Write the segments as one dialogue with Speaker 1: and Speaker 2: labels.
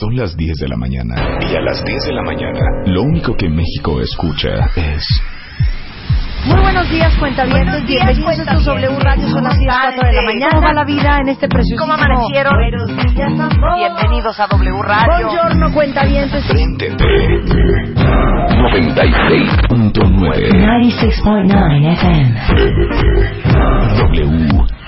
Speaker 1: Son las 10 de la mañana
Speaker 2: Y a las 10 de la mañana,
Speaker 1: Lo único que México escucha es
Speaker 3: Muy buenos días, cuentavientes.
Speaker 4: Buenos días,
Speaker 3: Bienvenidos a estos W Radio. Son las 10,
Speaker 4: Buenas
Speaker 3: 4 de la
Speaker 4: tardes.
Speaker 3: mañana. ¿Cómo va la vida en este precioso
Speaker 4: ¿Cómo amanecieron? Oh. Bienvenidos a W Radio.
Speaker 3: Buongiorno, cuentavientes.
Speaker 2: Frente de 96.9
Speaker 5: 96.9 FM.
Speaker 1: W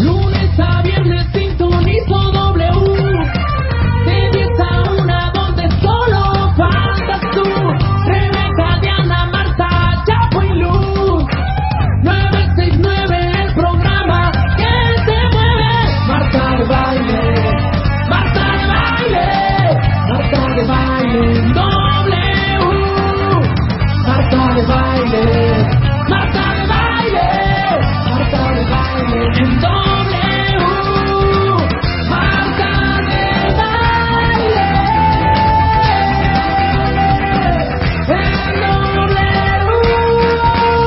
Speaker 6: Lunes a viernes sintonizo W. De 10 a 1 donde solo faltas tú. Rebeca, Diana, Marta, Chapo y Luz. 969 el programa que te mueve. Marta de baile. Marta de baile. Marta de baile. en W. Marta de baile. Marta de baile. Marta de baile. En W. Marta de baile.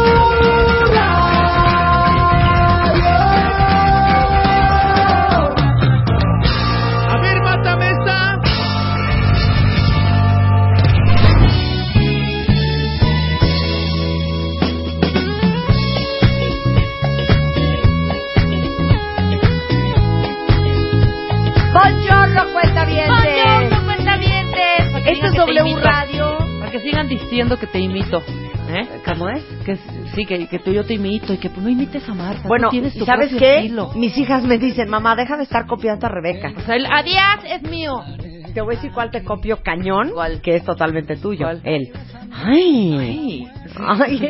Speaker 6: En W. A ver, mátame esta.
Speaker 3: Buongiorno, cuentavientes.
Speaker 4: cuentavientes. Para que
Speaker 3: Esto
Speaker 4: digan
Speaker 3: es
Speaker 4: que te
Speaker 3: W
Speaker 4: imito.
Speaker 3: Radio.
Speaker 4: Para que sigan diciendo que te imito. ¿Eh?
Speaker 3: ¿Cómo es?
Speaker 4: Que, sí, que, que tú y yo te imito y que pues, no imites a Marta. tú
Speaker 3: Bueno,
Speaker 4: tienes
Speaker 3: ¿y
Speaker 4: tu
Speaker 3: ¿sabes
Speaker 4: propio
Speaker 3: qué?
Speaker 4: estilo.
Speaker 3: Mis hijas me dicen, mamá, deja de estar copiando a Rebeca.
Speaker 4: O sea, el adiós es mío.
Speaker 3: Te voy a decir cuál te copio cañón,
Speaker 4: ¿Cuál?
Speaker 3: que es totalmente tuyo.
Speaker 4: ¿Cuál?
Speaker 3: Él. Ay. Ay.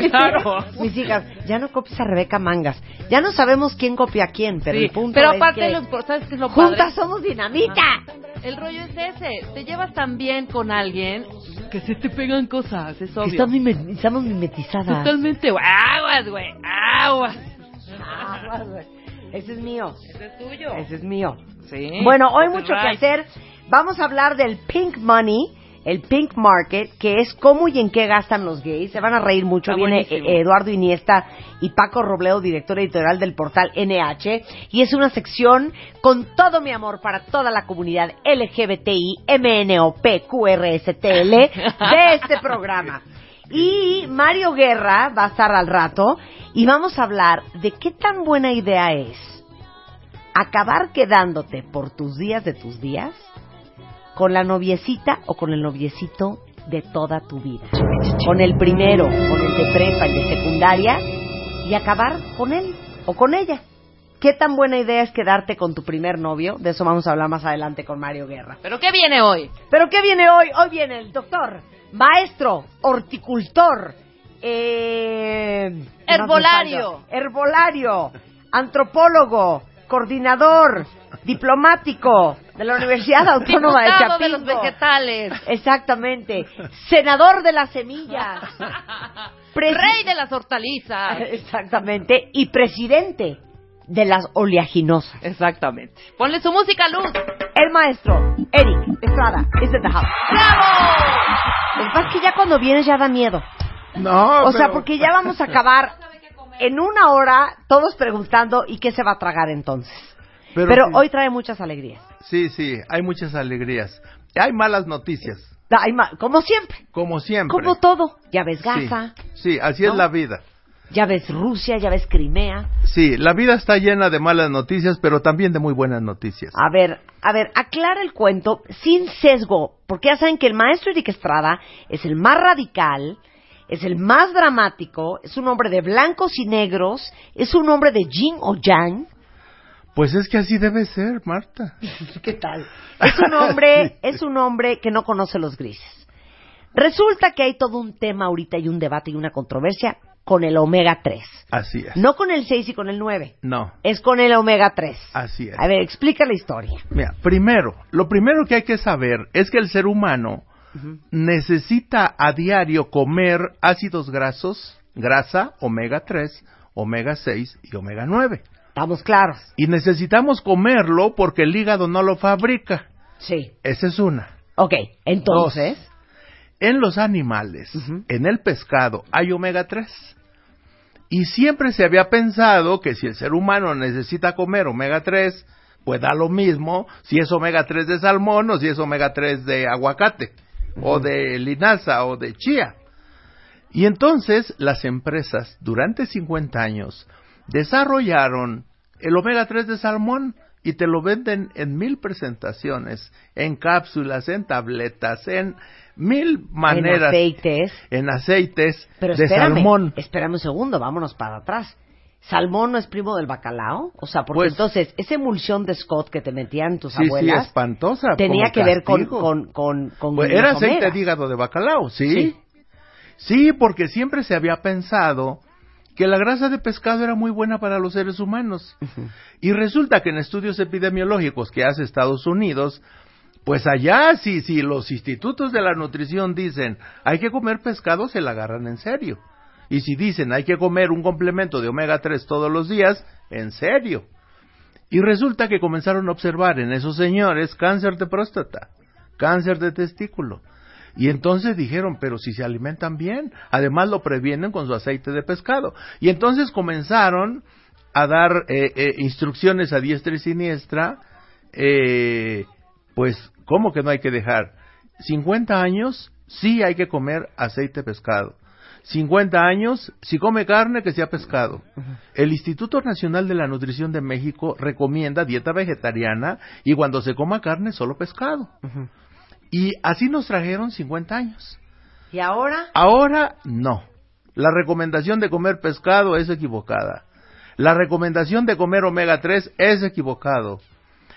Speaker 4: Claro.
Speaker 3: Mis hijas, ya no copies a Rebeca Mangas. Ya no sabemos quién copia a quién, pero
Speaker 4: Sí,
Speaker 3: el punto
Speaker 4: pero
Speaker 3: es
Speaker 4: aparte, Ah,
Speaker 3: que
Speaker 4: lo impor- ¿sabes qué es lo padre?
Speaker 3: juntas somos dinamita.
Speaker 4: El rollo es ese. Te llevas tan bien con alguien que se te pegan cosas, es obvio.
Speaker 3: Estamos, mime- estamos mimetizadas.
Speaker 4: Totalmente. güey. Aguas, güey. Aguas.
Speaker 3: Ah, güey. Ese es mío.
Speaker 4: Ese es tuyo.
Speaker 3: Ese es mío.
Speaker 4: Sí.
Speaker 3: Bueno, hoy
Speaker 4: That's
Speaker 3: mucho que
Speaker 4: right.
Speaker 3: hacer. Vamos a hablar del pink money, el pink market, que es cómo y en qué gastan los gays. Se van a reír mucho.
Speaker 4: Está
Speaker 3: Viene
Speaker 4: buenísimo.
Speaker 3: eh, Eduardo Iniesta y Paco Robledo, director editorial del portal NH. Y es una sección con todo mi amor para toda la comunidad LGBTI, MNOPQRSTL de este programa. Y Mario Guerra va a estar al rato y vamos a hablar de qué tan buena idea es acabar quedándote por tus días de tus días con la noviecita o con el noviecito de toda tu vida. Con el primero, con el de prepa, el de secundaria y acabar con él o con ella. ¿Qué tan buena idea es quedarte con tu primer novio? De eso vamos a hablar más adelante con Mario Guerra.
Speaker 4: ¿Pero qué viene hoy?
Speaker 3: ¿Pero qué viene hoy? Hoy viene el doctor, maestro, horticultor, eh, ¿qué más me
Speaker 4: Herbolario.
Speaker 3: falta? Herbolario, antropólogo, coordinador, diplomático de la Universidad Autónoma de
Speaker 4: Diputado
Speaker 3: Chapingo.
Speaker 4: de los vegetales.
Speaker 3: Exactamente. Senador de las semillas. Presi-
Speaker 4: Rey de las hortalizas.
Speaker 3: Exactamente. Y presidente de las oleaginosas.
Speaker 4: Exactamente. Ponle su música, Luz.
Speaker 3: El maestro, Eric Estrada, is in the house.
Speaker 4: ¡Bravo!
Speaker 3: Lo que pasa es que ya cuando vienes ya da miedo.
Speaker 7: No,
Speaker 3: O sea,
Speaker 7: pero-
Speaker 3: porque ya vamos a acabar en una hora todos preguntando y qué se va a tragar entonces. Pero,
Speaker 7: Pero sí.
Speaker 3: hoy trae muchas alegrías.
Speaker 7: Sí, sí, hay muchas alegrías. Hay malas noticias,
Speaker 3: Ay, ma- como siempre,
Speaker 7: como siempre.
Speaker 3: como todo. Ya ves, gasa.
Speaker 7: Sí, sí, así
Speaker 3: ¿No?
Speaker 7: es la vida.
Speaker 3: Ya ves Rusia, ya ves Crimea.
Speaker 7: Sí, la vida está llena de malas noticias, pero también de muy buenas noticias.
Speaker 3: A ver, a ver, aclara el cuento sin sesgo, porque ya saben que el maestro Eric Estrada es el más radical, es el más dramático, es un hombre de blancos y negros, es un hombre de yin o yang.
Speaker 7: Pues es que así debe ser, Marta.
Speaker 3: ¿Qué tal? Es un hombre, es un hombre que no conoce los grises. Resulta que hay todo un tema ahorita y un debate y una controversia con el omega 3.
Speaker 7: Así es.
Speaker 3: No con el 6 y con el 9.
Speaker 7: No.
Speaker 3: Es con el omega 3.
Speaker 7: Así es.
Speaker 3: A ver, explica la historia.
Speaker 7: Mira, primero, lo primero que hay que saber es que el ser humano necesita a diario comer ácidos grasos, grasa, omega 3, omega 6 y omega 9.
Speaker 3: Estamos claros.
Speaker 7: Y necesitamos comerlo porque el hígado no lo fabrica.
Speaker 3: Sí.
Speaker 7: Esa es una.
Speaker 3: Ok, entonces.
Speaker 7: En los animales,
Speaker 3: Ujú.
Speaker 7: en el pescado, hay omega 3. Y siempre se había pensado que si el ser humano necesita comer omega 3, pues da lo mismo si es omega 3 de salmón o si es omega 3 de aguacate o de linaza o de chía. Y entonces las empresas durante 50 años desarrollaron el omega 3 de salmón y te lo venden en mil presentaciones, en cápsulas, en tabletas, en mil maneras,
Speaker 3: En aceites.
Speaker 7: en aceites
Speaker 3: Pero
Speaker 7: de
Speaker 3: espérame,
Speaker 7: salmón.
Speaker 3: espérame un segundo, vámonos para atrás. ¿Salmón no es primo del bacalao? O sea, porque
Speaker 7: Pues-
Speaker 3: entonces, esa emulsión de Scott que te metían tus
Speaker 7: Sí, sí,
Speaker 3: abuelas
Speaker 7: espantosa.
Speaker 3: tenía
Speaker 7: como
Speaker 3: que ver con,
Speaker 7: castigo.
Speaker 3: con, con, con
Speaker 7: Pues
Speaker 3: los
Speaker 7: era aceite
Speaker 3: omegas.
Speaker 7: de hígado de bacalao, ¿sí?
Speaker 3: Sí.
Speaker 7: sí. porque siempre se había pensado que la grasa de pescado era muy buena para los seres humanos. Y resulta que en estudios epidemiológicos que hace Estados Unidos, pues allá si, si los institutos de la nutrición dicen hay que comer pescado, se la agarran en serio. Y si dicen hay que comer un complemento de omega 3 todos los días, en serio. Y resulta que comenzaron a observar en esos señores cáncer de próstata, cáncer de testículo. Y entonces dijeron, pero si se alimentan bien, además lo previenen con su aceite de pescado. Y entonces comenzaron a dar eh, eh, instrucciones a diestra y siniestra, eh, pues, ¿cómo que no hay que dejar? 50 años, sí hay que comer aceite de pescado. 50 años, si come carne, que sea pescado. El Instituto Nacional de la Nutrición de México recomienda dieta vegetariana y cuando se coma carne, solo pescado. Y así nos trajeron 50 años.
Speaker 3: ¿Y ahora?
Speaker 7: Ahora no. La recomendación de comer pescado es equivocada. La recomendación de comer omega 3 es equivocado.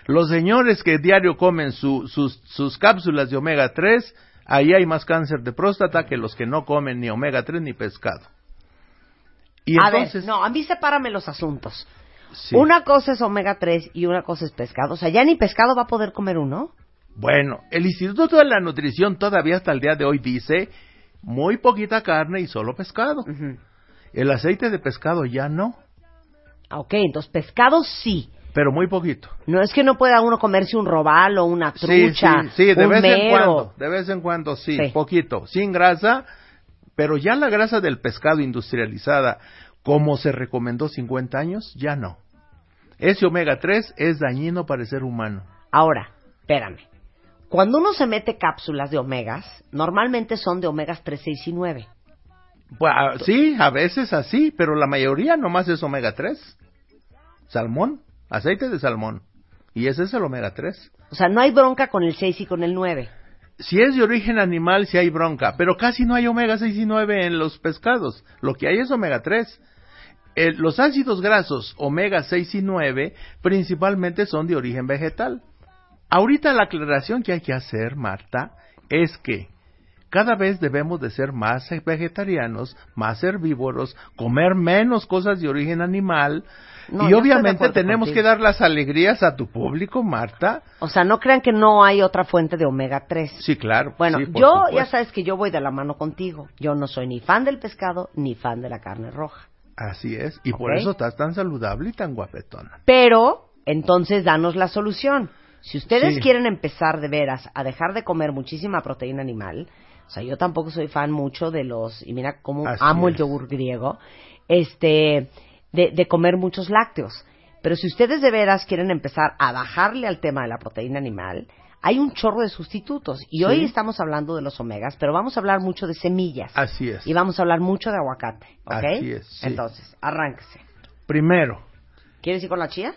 Speaker 7: Los señores que diario comen su- sus, sus cápsulas de omega 3, ahí hay más cáncer de próstata que los que no comen ni omega 3 ni pescado. Y
Speaker 3: a
Speaker 7: entonces,
Speaker 3: ver, no, a mí sepárame los asuntos.
Speaker 7: sí.
Speaker 3: Una cosa es omega 3 y una cosa es pescado. O sea, ya ni pescado va a poder comer uno.
Speaker 7: Bueno, el Instituto de la Nutrición todavía hasta el día de hoy dice muy poquita carne y solo pescado. El aceite de pescado ya no,
Speaker 3: Ah, Ok, entonces pescado sí.
Speaker 7: pero muy poquito.
Speaker 3: No es que no pueda uno comerse un robalo, una
Speaker 7: Sí,
Speaker 3: trucha,
Speaker 7: sí, sí, de
Speaker 3: un
Speaker 7: vez en
Speaker 3: mero.
Speaker 7: cuando, de vez en cuando sí,
Speaker 3: Sí.
Speaker 7: poquito, sin grasa, pero ya la grasa del pescado industrializada, como se recomendó 50 años, ya no. Ese omega 3 es dañino para el ser humano.
Speaker 3: Ahora, espérame. Cuando uno se mete cápsulas de omegas, normalmente son de omegas 3, 6 y 9.
Speaker 7: Pues, ah, sí, a veces así, pero la mayoría nomás es omega 3. Salmón, aceite de salmón. Y ese es el omega 3.
Speaker 3: O sea, no hay bronca con el 6 y con el 9.
Speaker 7: Si es de origen animal, sí hay bronca, pero casi no hay omega 6 y 9 en los pescados. Lo que hay es omega 3. Eh, los ácidos grasos omega 6 y 9 principalmente son de origen vegetal. Ahorita la aclaración que hay que hacer, Marta, es que cada vez debemos de ser más vegetarianos, más herbívoros, comer menos cosas de origen animal
Speaker 3: No,
Speaker 7: y
Speaker 3: yo estoy de
Speaker 7: obviamente
Speaker 3: acuerdo
Speaker 7: tenemos
Speaker 3: contigo.
Speaker 7: que dar las alegrías a tu público, Marta.
Speaker 3: O sea, no crean que no hay otra fuente de omega 3.
Speaker 7: Sí, claro.
Speaker 3: Bueno,
Speaker 7: sí, por
Speaker 3: yo ya
Speaker 7: supuesto.
Speaker 3: sabes que yo voy de la mano contigo. Yo no soy ni fan del pescado ni fan de la carne roja.
Speaker 7: Así es, y por
Speaker 3: Ok.
Speaker 7: eso estás tan saludable y tan guapetona.
Speaker 3: Pero, entonces, danos la solución. Si ustedes
Speaker 7: Sí.
Speaker 3: quieren empezar de veras a dejar de comer muchísima proteína animal, o sea, yo tampoco soy fan mucho de los, y mira cómo
Speaker 7: Así
Speaker 3: amo el
Speaker 7: es.
Speaker 3: yogur griego, este, de, de comer muchos lácteos. Pero si ustedes de veras quieren empezar a bajarle al tema de la proteína animal, hay un chorro de sustitutos. Y hoy estamos hablando de los omegas, pero vamos a hablar mucho de semillas.
Speaker 7: Así es.
Speaker 3: Y vamos a hablar mucho de aguacate, ¿ok?
Speaker 7: Así es, sí.
Speaker 3: Entonces, arránquese.
Speaker 7: Primero,
Speaker 3: ¿Quieres ir con la chía?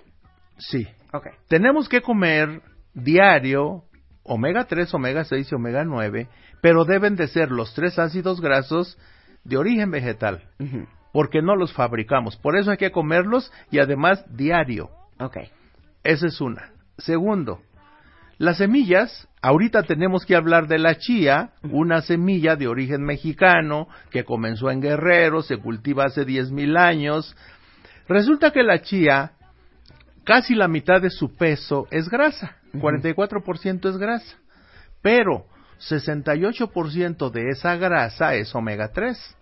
Speaker 7: sí,
Speaker 3: Ok.
Speaker 7: tenemos que comer diario omega 3, omega 6 y omega 9, pero deben de ser los tres ácidos grasos de origen vegetal,
Speaker 3: Ujú.
Speaker 7: porque no los fabricamos. Por eso hay que comerlos y además diario.
Speaker 3: Ok.
Speaker 7: Esa es una. Segundo, las semillas, ahorita tenemos que hablar de la chía, una semilla de origen mexicano que comenzó en Guerrero, se cultiva hace 10.000 años. Resulta que la chía, casi la mitad de su peso es grasa, 44% es grasa, pero 68% de esa grasa es omega 3.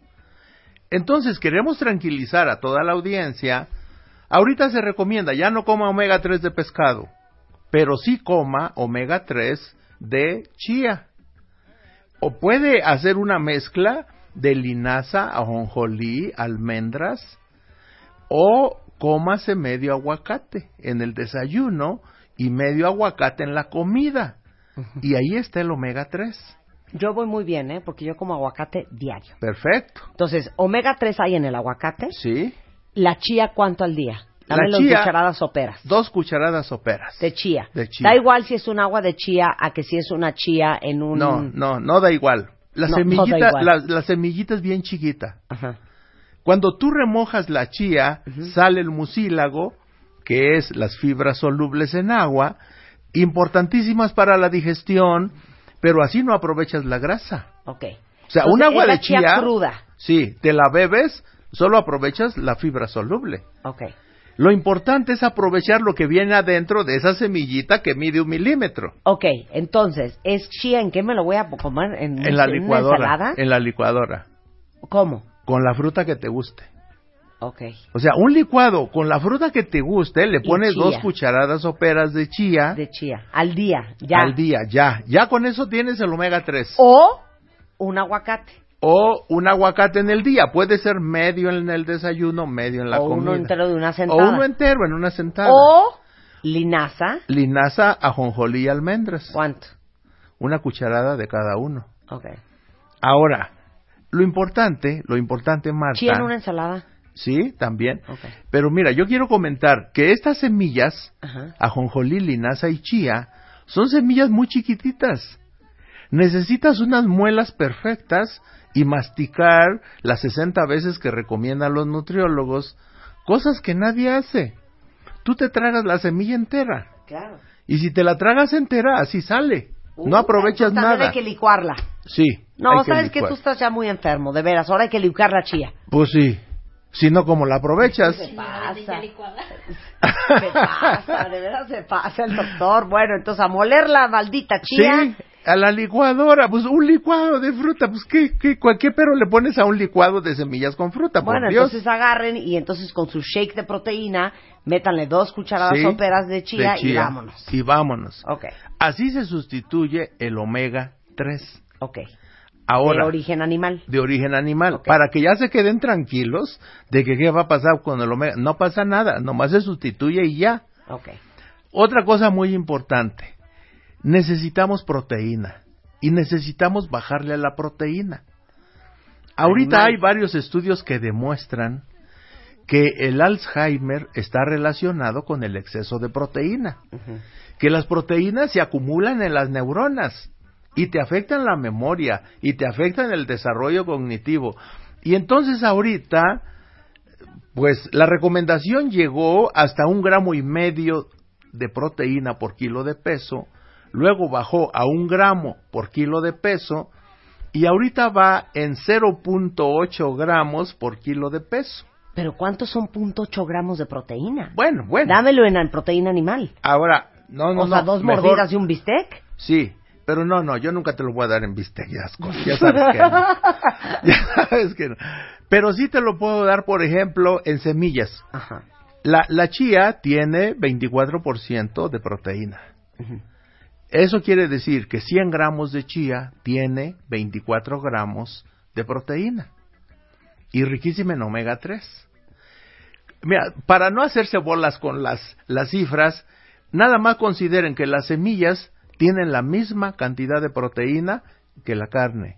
Speaker 7: Entonces, queremos tranquilizar a toda la audiencia. Ahorita se recomienda, ya no coma omega 3 de pescado, pero sí coma omega 3 de chía. O puede hacer una mezcla de linaza, ajonjolí, almendras, o cómase medio aguacate en el desayuno y medio aguacate en la comida. Y ahí está el omega 3.
Speaker 3: Yo voy muy bien, ¿eh? Porque yo como aguacate diario.
Speaker 7: Perfecto.
Speaker 3: Entonces, omega 3 hay en el aguacate.
Speaker 7: Sí.
Speaker 3: ¿La chía cuánto al día?
Speaker 7: La
Speaker 3: Dame dos
Speaker 7: chía-
Speaker 3: cucharadas soperas.
Speaker 7: Dos cucharadas soperas.
Speaker 3: De chía.
Speaker 7: De chía.
Speaker 3: Da igual si es un agua de chía a que si es una chía en un...
Speaker 7: No, no, no da igual. La
Speaker 3: No, no da
Speaker 7: semillita,
Speaker 3: igual.
Speaker 7: La, la semillita es bien chiquita.
Speaker 3: Ajá.
Speaker 7: Cuando tú remojas la chía, sale el mucílago, que es las fibras solubles en agua, importantísimas para la digestión, pero así no aprovechas la grasa.
Speaker 3: Ok.
Speaker 7: O sea,
Speaker 3: Entonces,
Speaker 7: un agua
Speaker 3: es la
Speaker 7: de chía,
Speaker 3: cruda.
Speaker 7: Sí, te la bebes, solo aprovechas la fibra soluble.
Speaker 3: Ok.
Speaker 7: Lo importante es aprovechar lo que viene adentro de esa semillita que mide un milímetro.
Speaker 3: Ok, entonces, ¿es chía en qué me lo voy a comer? ¿En,
Speaker 7: En
Speaker 3: Mm, en una
Speaker 7: la licuadora.
Speaker 3: ensalada?
Speaker 7: En la licuadora.
Speaker 3: ¿Cómo?
Speaker 7: Con la fruta que te guste.
Speaker 3: Ok.
Speaker 7: O sea, un licuado con la fruta que te guste, le
Speaker 3: Y
Speaker 7: pones
Speaker 3: chía.
Speaker 7: dos cucharadas soperas de chía
Speaker 3: De chía. Al día, ya.
Speaker 7: ¿Ah? al día, ya. Ya con eso tienes el omega 3. O,
Speaker 3: O un aguacate.
Speaker 7: un aguacate en el día. Puede ser medio en el desayuno, medio en la
Speaker 3: o
Speaker 7: comida.
Speaker 3: uno entero de una
Speaker 7: o
Speaker 3: sentada.
Speaker 7: uno entero en una sentada.
Speaker 3: O linaza.
Speaker 7: Linaza, ajonjolí y almendras.
Speaker 3: ¿Cuánto?
Speaker 7: Una cucharada de cada uno.
Speaker 3: Ok.
Speaker 7: Ahora, lo importante, lo importante, Marta.
Speaker 3: Chía en una ensalada.
Speaker 7: Sí, también.
Speaker 3: Ok.
Speaker 7: Pero mira, yo quiero comentar que estas semillas,
Speaker 3: Ajá.
Speaker 7: ajonjolí, linaza y chía, son semillas muy chiquititas. Necesitas unas muelas perfectas y masticar las 60 veces que recomiendan los nutriólogos, cosas que nadie hace. Tú te tragas la semilla entera.
Speaker 3: Claro.
Speaker 7: Y si te la tragas entera, así sale. no aprovechas
Speaker 3: Entonces, también
Speaker 7: nada.
Speaker 3: Hay que licuarla.
Speaker 7: Sí.
Speaker 3: No,
Speaker 7: hay que
Speaker 3: sabes que
Speaker 7: licuar.
Speaker 3: tú estás ya muy enfermo, de veras. Ahora hay que licuar la chía.
Speaker 7: Pues sí. Si no, como la aprovechas.
Speaker 3: Se pasa. Se pasa, de veras se pasa el doctor. Bueno, entonces a moler la maldita chía.
Speaker 7: Sí, a la licuadora, pues un licuado de fruta, pues ¿qué, qué, cualquier pero le pones a un licuado de semillas con fruta, por
Speaker 3: Bueno,
Speaker 7: Dios.
Speaker 3: entonces agarren y entonces con su shake de proteína, métanle dos cucharadas
Speaker 7: Sí,
Speaker 3: soperas de chía, y
Speaker 7: chía.
Speaker 3: vámonos.
Speaker 7: Y vámonos.
Speaker 3: Ok,
Speaker 7: Así se sustituye el omega 3.
Speaker 3: ok.
Speaker 7: Ahora,
Speaker 3: De origen animal.
Speaker 7: de origen animal,
Speaker 3: Ok.
Speaker 7: para que ya se queden tranquilos de que qué va a pasar con el omega. No pasa nada, nomás se sustituye y ya.
Speaker 3: Ok.
Speaker 7: Otra cosa muy importante, necesitamos proteína y necesitamos bajarle a la proteína. Ahorita
Speaker 3: Animal.
Speaker 7: hay varios estudios que demuestran que el Alzheimer está relacionado con el exceso de proteína,
Speaker 3: Ujú.
Speaker 7: que las proteínas se acumulan en las neuronas y te afectan la memoria y te afectan el desarrollo cognitivo. Y entonces ahorita pues la recomendación llegó hasta un gramo y medio de proteína por kilo de peso, luego bajó a un gramo por kilo de peso y ahorita va en 0.8 gramos por kilo de peso.
Speaker 3: Pero ¿cuántos son punto ocho gramos de proteína?
Speaker 7: Bueno, bueno.
Speaker 3: Dámelo en, en proteína animal.
Speaker 7: Ahora, no, no,
Speaker 3: o sea,
Speaker 7: no,
Speaker 3: dos
Speaker 7: mejor-
Speaker 3: mordidas de un bistec.
Speaker 7: Sí, pero no, no, yo nunca te lo voy a dar en bistec, ya, asco, ya sabes que no. Ya sabes que no. Pero sí te lo puedo dar, por ejemplo, en semillas.
Speaker 3: Ajá.
Speaker 7: La, la chía tiene 24% de proteína. Eso quiere decir que 100 gramos de chía tiene 24 gramos de proteína. Y riquísima en omega 3. Mira, para no hacerse bolas con las, las cifras, nada más consideren que las semillas tienen la misma cantidad de proteína que la carne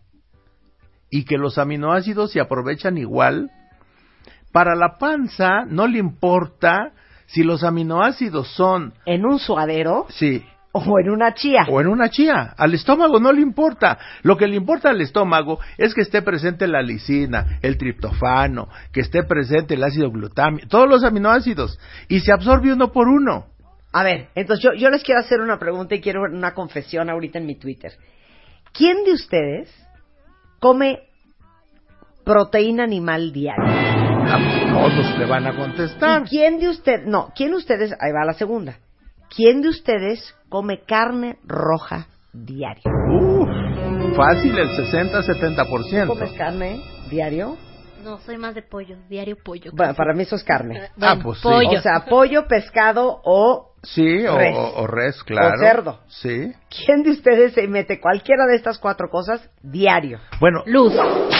Speaker 7: y que los aminoácidos se aprovechan igual. Para la panza no le importa si los aminoácidos son,
Speaker 3: en un suadero
Speaker 7: sí,
Speaker 3: o en una chía.
Speaker 7: o en una chía. Al estómago no le importa. Lo que le importa al estómago es que esté presente la lisina, el triptofano, que esté presente el ácido glutámico, todos los aminoácidos. Y se absorbe uno por uno.
Speaker 3: A ver, entonces yo, yo les quiero hacer una pregunta y quiero una confesión ahorita en mi Twitter. ¿Quién de ustedes come proteína animal diaria?
Speaker 7: Todos le van a contestar.
Speaker 3: ¿Y quién de ustedes, no, quién de ustedes, ahí va la segunda, quién de ustedes come carne roja diaria?
Speaker 7: Uf, Uh, fácil el
Speaker 3: ¿Comes
Speaker 7: 60-70%.
Speaker 3: carne diario?
Speaker 8: No, soy más de pollo, diario pollo.
Speaker 3: Bueno, para mí eso es carne.
Speaker 7: Ah, pues sí.
Speaker 8: pollo.
Speaker 3: O sea, pollo, pescado o...
Speaker 7: Sí, o
Speaker 3: Res.
Speaker 7: o res, claro.
Speaker 3: O cerdo.
Speaker 7: Sí.
Speaker 3: ¿Quién de ustedes se mete cualquiera de estas cuatro cosas diario?
Speaker 7: Bueno,
Speaker 8: Luz.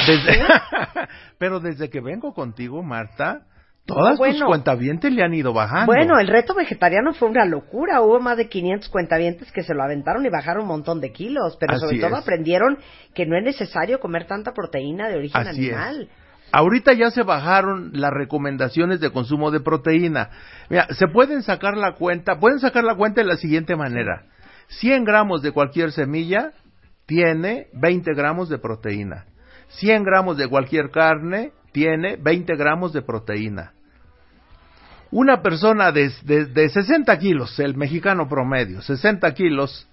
Speaker 7: desde- pero desde que vengo contigo, Marta, todas tus
Speaker 3: Bueno.
Speaker 7: cuentavientes le han ido bajando.
Speaker 3: Bueno, el reto vegetariano fue una locura. Hubo más de 500 cuentavientes que se lo aventaron y bajaron un montón de kilos. Pero
Speaker 7: Así
Speaker 3: sobre todo
Speaker 7: es.
Speaker 3: aprendieron que no es necesario comer tanta proteína de origen
Speaker 7: Así es.
Speaker 3: animal.
Speaker 7: Ahorita ya se bajaron las recomendaciones de consumo de proteína. Mira, se pueden sacar la cuenta, pueden sacar la cuenta de la siguiente manera. 100 gramos de cualquier semilla tiene 20 gramos de proteína. 100 gramos de cualquier carne tiene 20 gramos de proteína. Una persona de, de- de 60 kilos, el mexicano promedio, 60 kilos,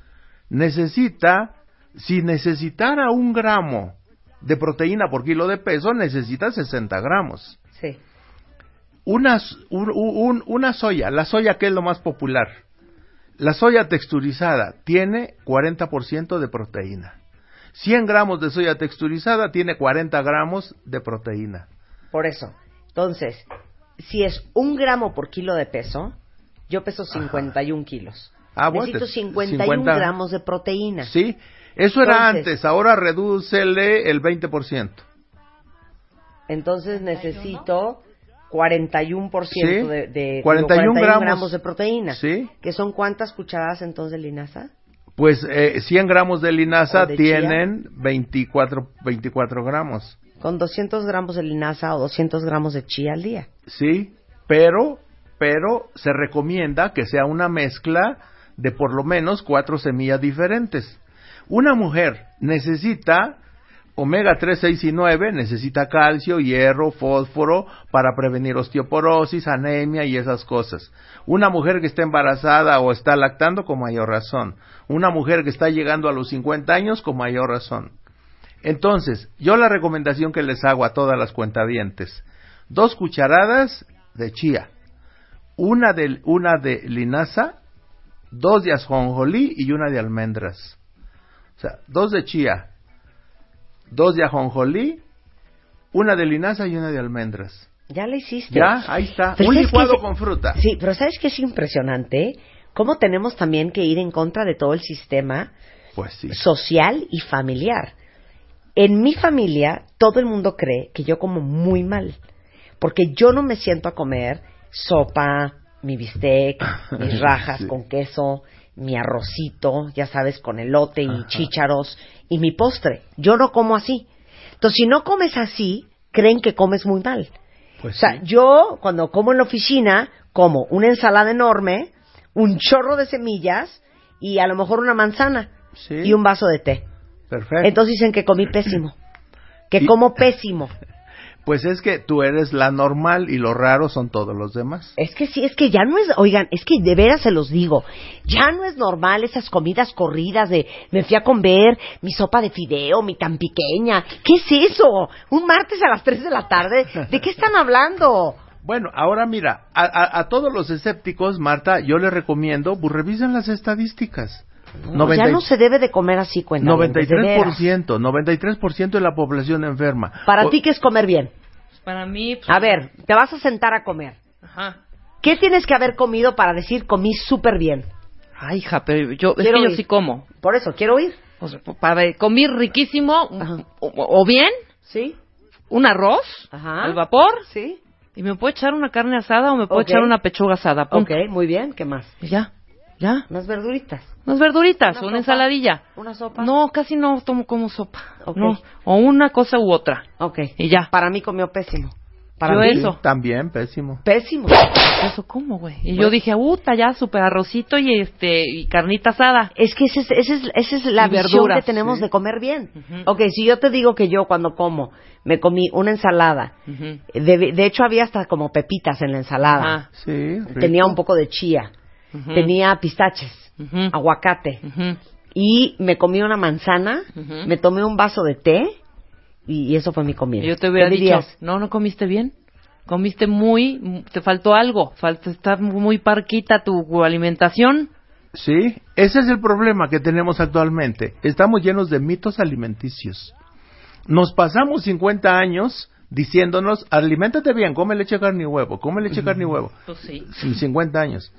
Speaker 7: necesita, si necesitara un gramo de proteína por kilo de peso, necesita 60 gramos.
Speaker 3: Sí.
Speaker 7: Una, s- un- un- una soya, la soya que es lo más popular, la soya texturizada tiene 40% de proteína. 100 gramos de soya texturizada tiene 40 gramos de proteína.
Speaker 3: Por eso. Entonces, si es un gramo por kilo de peso, yo peso 51 kilos.
Speaker 7: Ah, bueno,
Speaker 3: Necesito
Speaker 7: te-
Speaker 3: 51
Speaker 7: 50.
Speaker 3: gramos de proteína.
Speaker 7: ¿Sí? Eso era
Speaker 3: Entonces-
Speaker 7: antes, ahora redúcele el 20%.
Speaker 3: Entonces necesito 41%
Speaker 7: Sí.
Speaker 3: de, de- digo,
Speaker 7: 41 gramos.
Speaker 3: de proteína.
Speaker 7: Sí.
Speaker 3: ¿Que son cuántas cucharadas entonces de linaza?
Speaker 7: Pues eh, 100 gramos de linaza
Speaker 3: O de chía.
Speaker 7: tienen 24, 24 gramos.
Speaker 3: Con 200 gramos de linaza o 200 gramos de chía al día.
Speaker 7: Sí, pero, pero se recomienda que sea una mezcla de por lo menos cuatro semillas diferentes. Una mujer necesita omega 3, 6 y 9, necesita calcio, hierro, fósforo para prevenir osteoporosis, anemia y esas cosas. Una mujer que está embarazada o está lactando con mayor razón. Una mujer que está llegando a los 50 años con mayor razón. Entonces, yo la recomendación que les hago a todas las cuentavientes, dos cucharadas de chía, una de, una de linaza, dos de ajonjolí y una de almendras. O sea, dos de chía, dos de ajonjolí, una de linaza y una de almendras.
Speaker 3: Ya la hiciste.
Speaker 7: Ya, ahí está.
Speaker 3: Pues, Pero
Speaker 7: Un
Speaker 3: ¿sabes
Speaker 7: licuado
Speaker 3: qué es-
Speaker 7: con fruta.
Speaker 3: Sí, pero ¿sabes qué es impresionante? Cómo tenemos también que ir en contra de todo el sistema
Speaker 7: Pues sí.
Speaker 3: social y familiar. En mi familia, todo el mundo cree que yo como muy mal, porque yo no me siento a comer sopa, mi bistec, mis rajas
Speaker 7: Sí.
Speaker 3: con queso, mi arrocito, ya sabes, con elote y chícharos y mi postre. Yo no como así. Entonces, si no comes así, creen que comes muy mal.
Speaker 7: Pues
Speaker 3: O sea,
Speaker 7: sí.
Speaker 3: yo cuando como en la oficina, como una ensalada enorme, un chorro de semillas y a lo mejor una manzana
Speaker 7: Sí.
Speaker 3: y un vaso de té.
Speaker 7: Perfecto.
Speaker 3: Entonces dicen que comí pésimo, que
Speaker 7: Y-
Speaker 3: como pésimo.
Speaker 7: pues es que tú eres la normal y lo raro son todos los demás.
Speaker 3: Es que sí, es que ya no es, oigan, es que de veras se los digo, ya no es normal esas comidas corridas de me fui a comer mi sopa de fideo, mi tan pequeña. ¿Qué es eso? Un martes a las 3 de la tarde, ¿de qué están hablando?
Speaker 7: Bueno, ahora mira, a, a- a todos los escépticos, Marta, yo les recomiendo, pues revisen las estadísticas.
Speaker 3: Pues ya
Speaker 7: 90
Speaker 3: no se debe de comer así, cuenta.
Speaker 7: 93%, 93% de la población enferma.
Speaker 3: Para
Speaker 7: O-
Speaker 3: ti, ¿qué es comer bien?
Speaker 4: Para mí, pues,
Speaker 3: A ver, te vas a sentar a comer.
Speaker 4: Ajá.
Speaker 3: ¿Qué tienes que haber comido para decir comí súper bien?
Speaker 4: Ay, hija, pero yo, es
Speaker 3: Quiero
Speaker 4: que yo
Speaker 3: ir.
Speaker 4: sí como.
Speaker 3: Por eso, quiero oír.
Speaker 4: O sea, para comer riquísimo,
Speaker 3: Ajá.
Speaker 4: o, o bien
Speaker 3: ¿Sí?
Speaker 4: un arroz
Speaker 3: Ajá.
Speaker 4: al vapor,
Speaker 3: ¿Sí?
Speaker 4: y me puedo echar una carne asada o me puedo
Speaker 3: Ok.
Speaker 4: echar una pechuga asada.
Speaker 3: Ok,
Speaker 4: punto.
Speaker 3: muy bien. ¿Qué más?
Speaker 4: Y Ya. ¿Ya?
Speaker 3: Unas verduritas.
Speaker 4: Unas verduritas,
Speaker 3: Una
Speaker 4: una,
Speaker 3: sopa.
Speaker 4: ensaladilla.
Speaker 3: Una sopa.
Speaker 4: No, casi no tomo como sopa.
Speaker 3: Ok.
Speaker 4: No, o una cosa u otra.
Speaker 3: Ok.
Speaker 4: Y ya.
Speaker 3: Para mí comió pésimo. Para
Speaker 4: Yo
Speaker 3: mí.
Speaker 4: eso.
Speaker 7: También, pésimo.
Speaker 3: Pésimo.
Speaker 4: Eso cómo, güey. Y yo dije, "Uta, ya super arrocito y este y carnita asada."
Speaker 3: Es que esa es, esa es, esa es la
Speaker 4: Y
Speaker 3: versión
Speaker 4: verduras,
Speaker 3: que tenemos
Speaker 4: sí.
Speaker 3: de comer bien.
Speaker 4: Ujú.
Speaker 3: Ok, si yo te digo que yo cuando como me comí una ensalada,
Speaker 4: Ujú.
Speaker 3: de, de hecho había hasta como pepitas en la ensalada,
Speaker 4: Ah,
Speaker 7: Sí. rico.
Speaker 3: tenía un poco de chía,
Speaker 4: ujú,
Speaker 3: tenía pistaches,
Speaker 4: ujú,
Speaker 3: aguacate,
Speaker 4: ujú.
Speaker 3: y me comí una manzana,
Speaker 4: Ujú.
Speaker 3: me tomé un vaso de té, y, y eso fue mi comida.
Speaker 4: Yo te hubiera
Speaker 3: ¿Qué
Speaker 4: dicho,
Speaker 3: dirías?
Speaker 4: "No, no comiste bien." Comiste muy, m- te faltó algo, falta está muy parquita tu alimentación.
Speaker 7: Sí, ese es el problema que tenemos actualmente. Estamos llenos de mitos alimenticios. Nos pasamos 50 años diciéndonos, aliméntate bien, come leche, carne y huevo, come leche, carne y huevo.
Speaker 4: Pues sí.
Speaker 7: Sí, 50 años.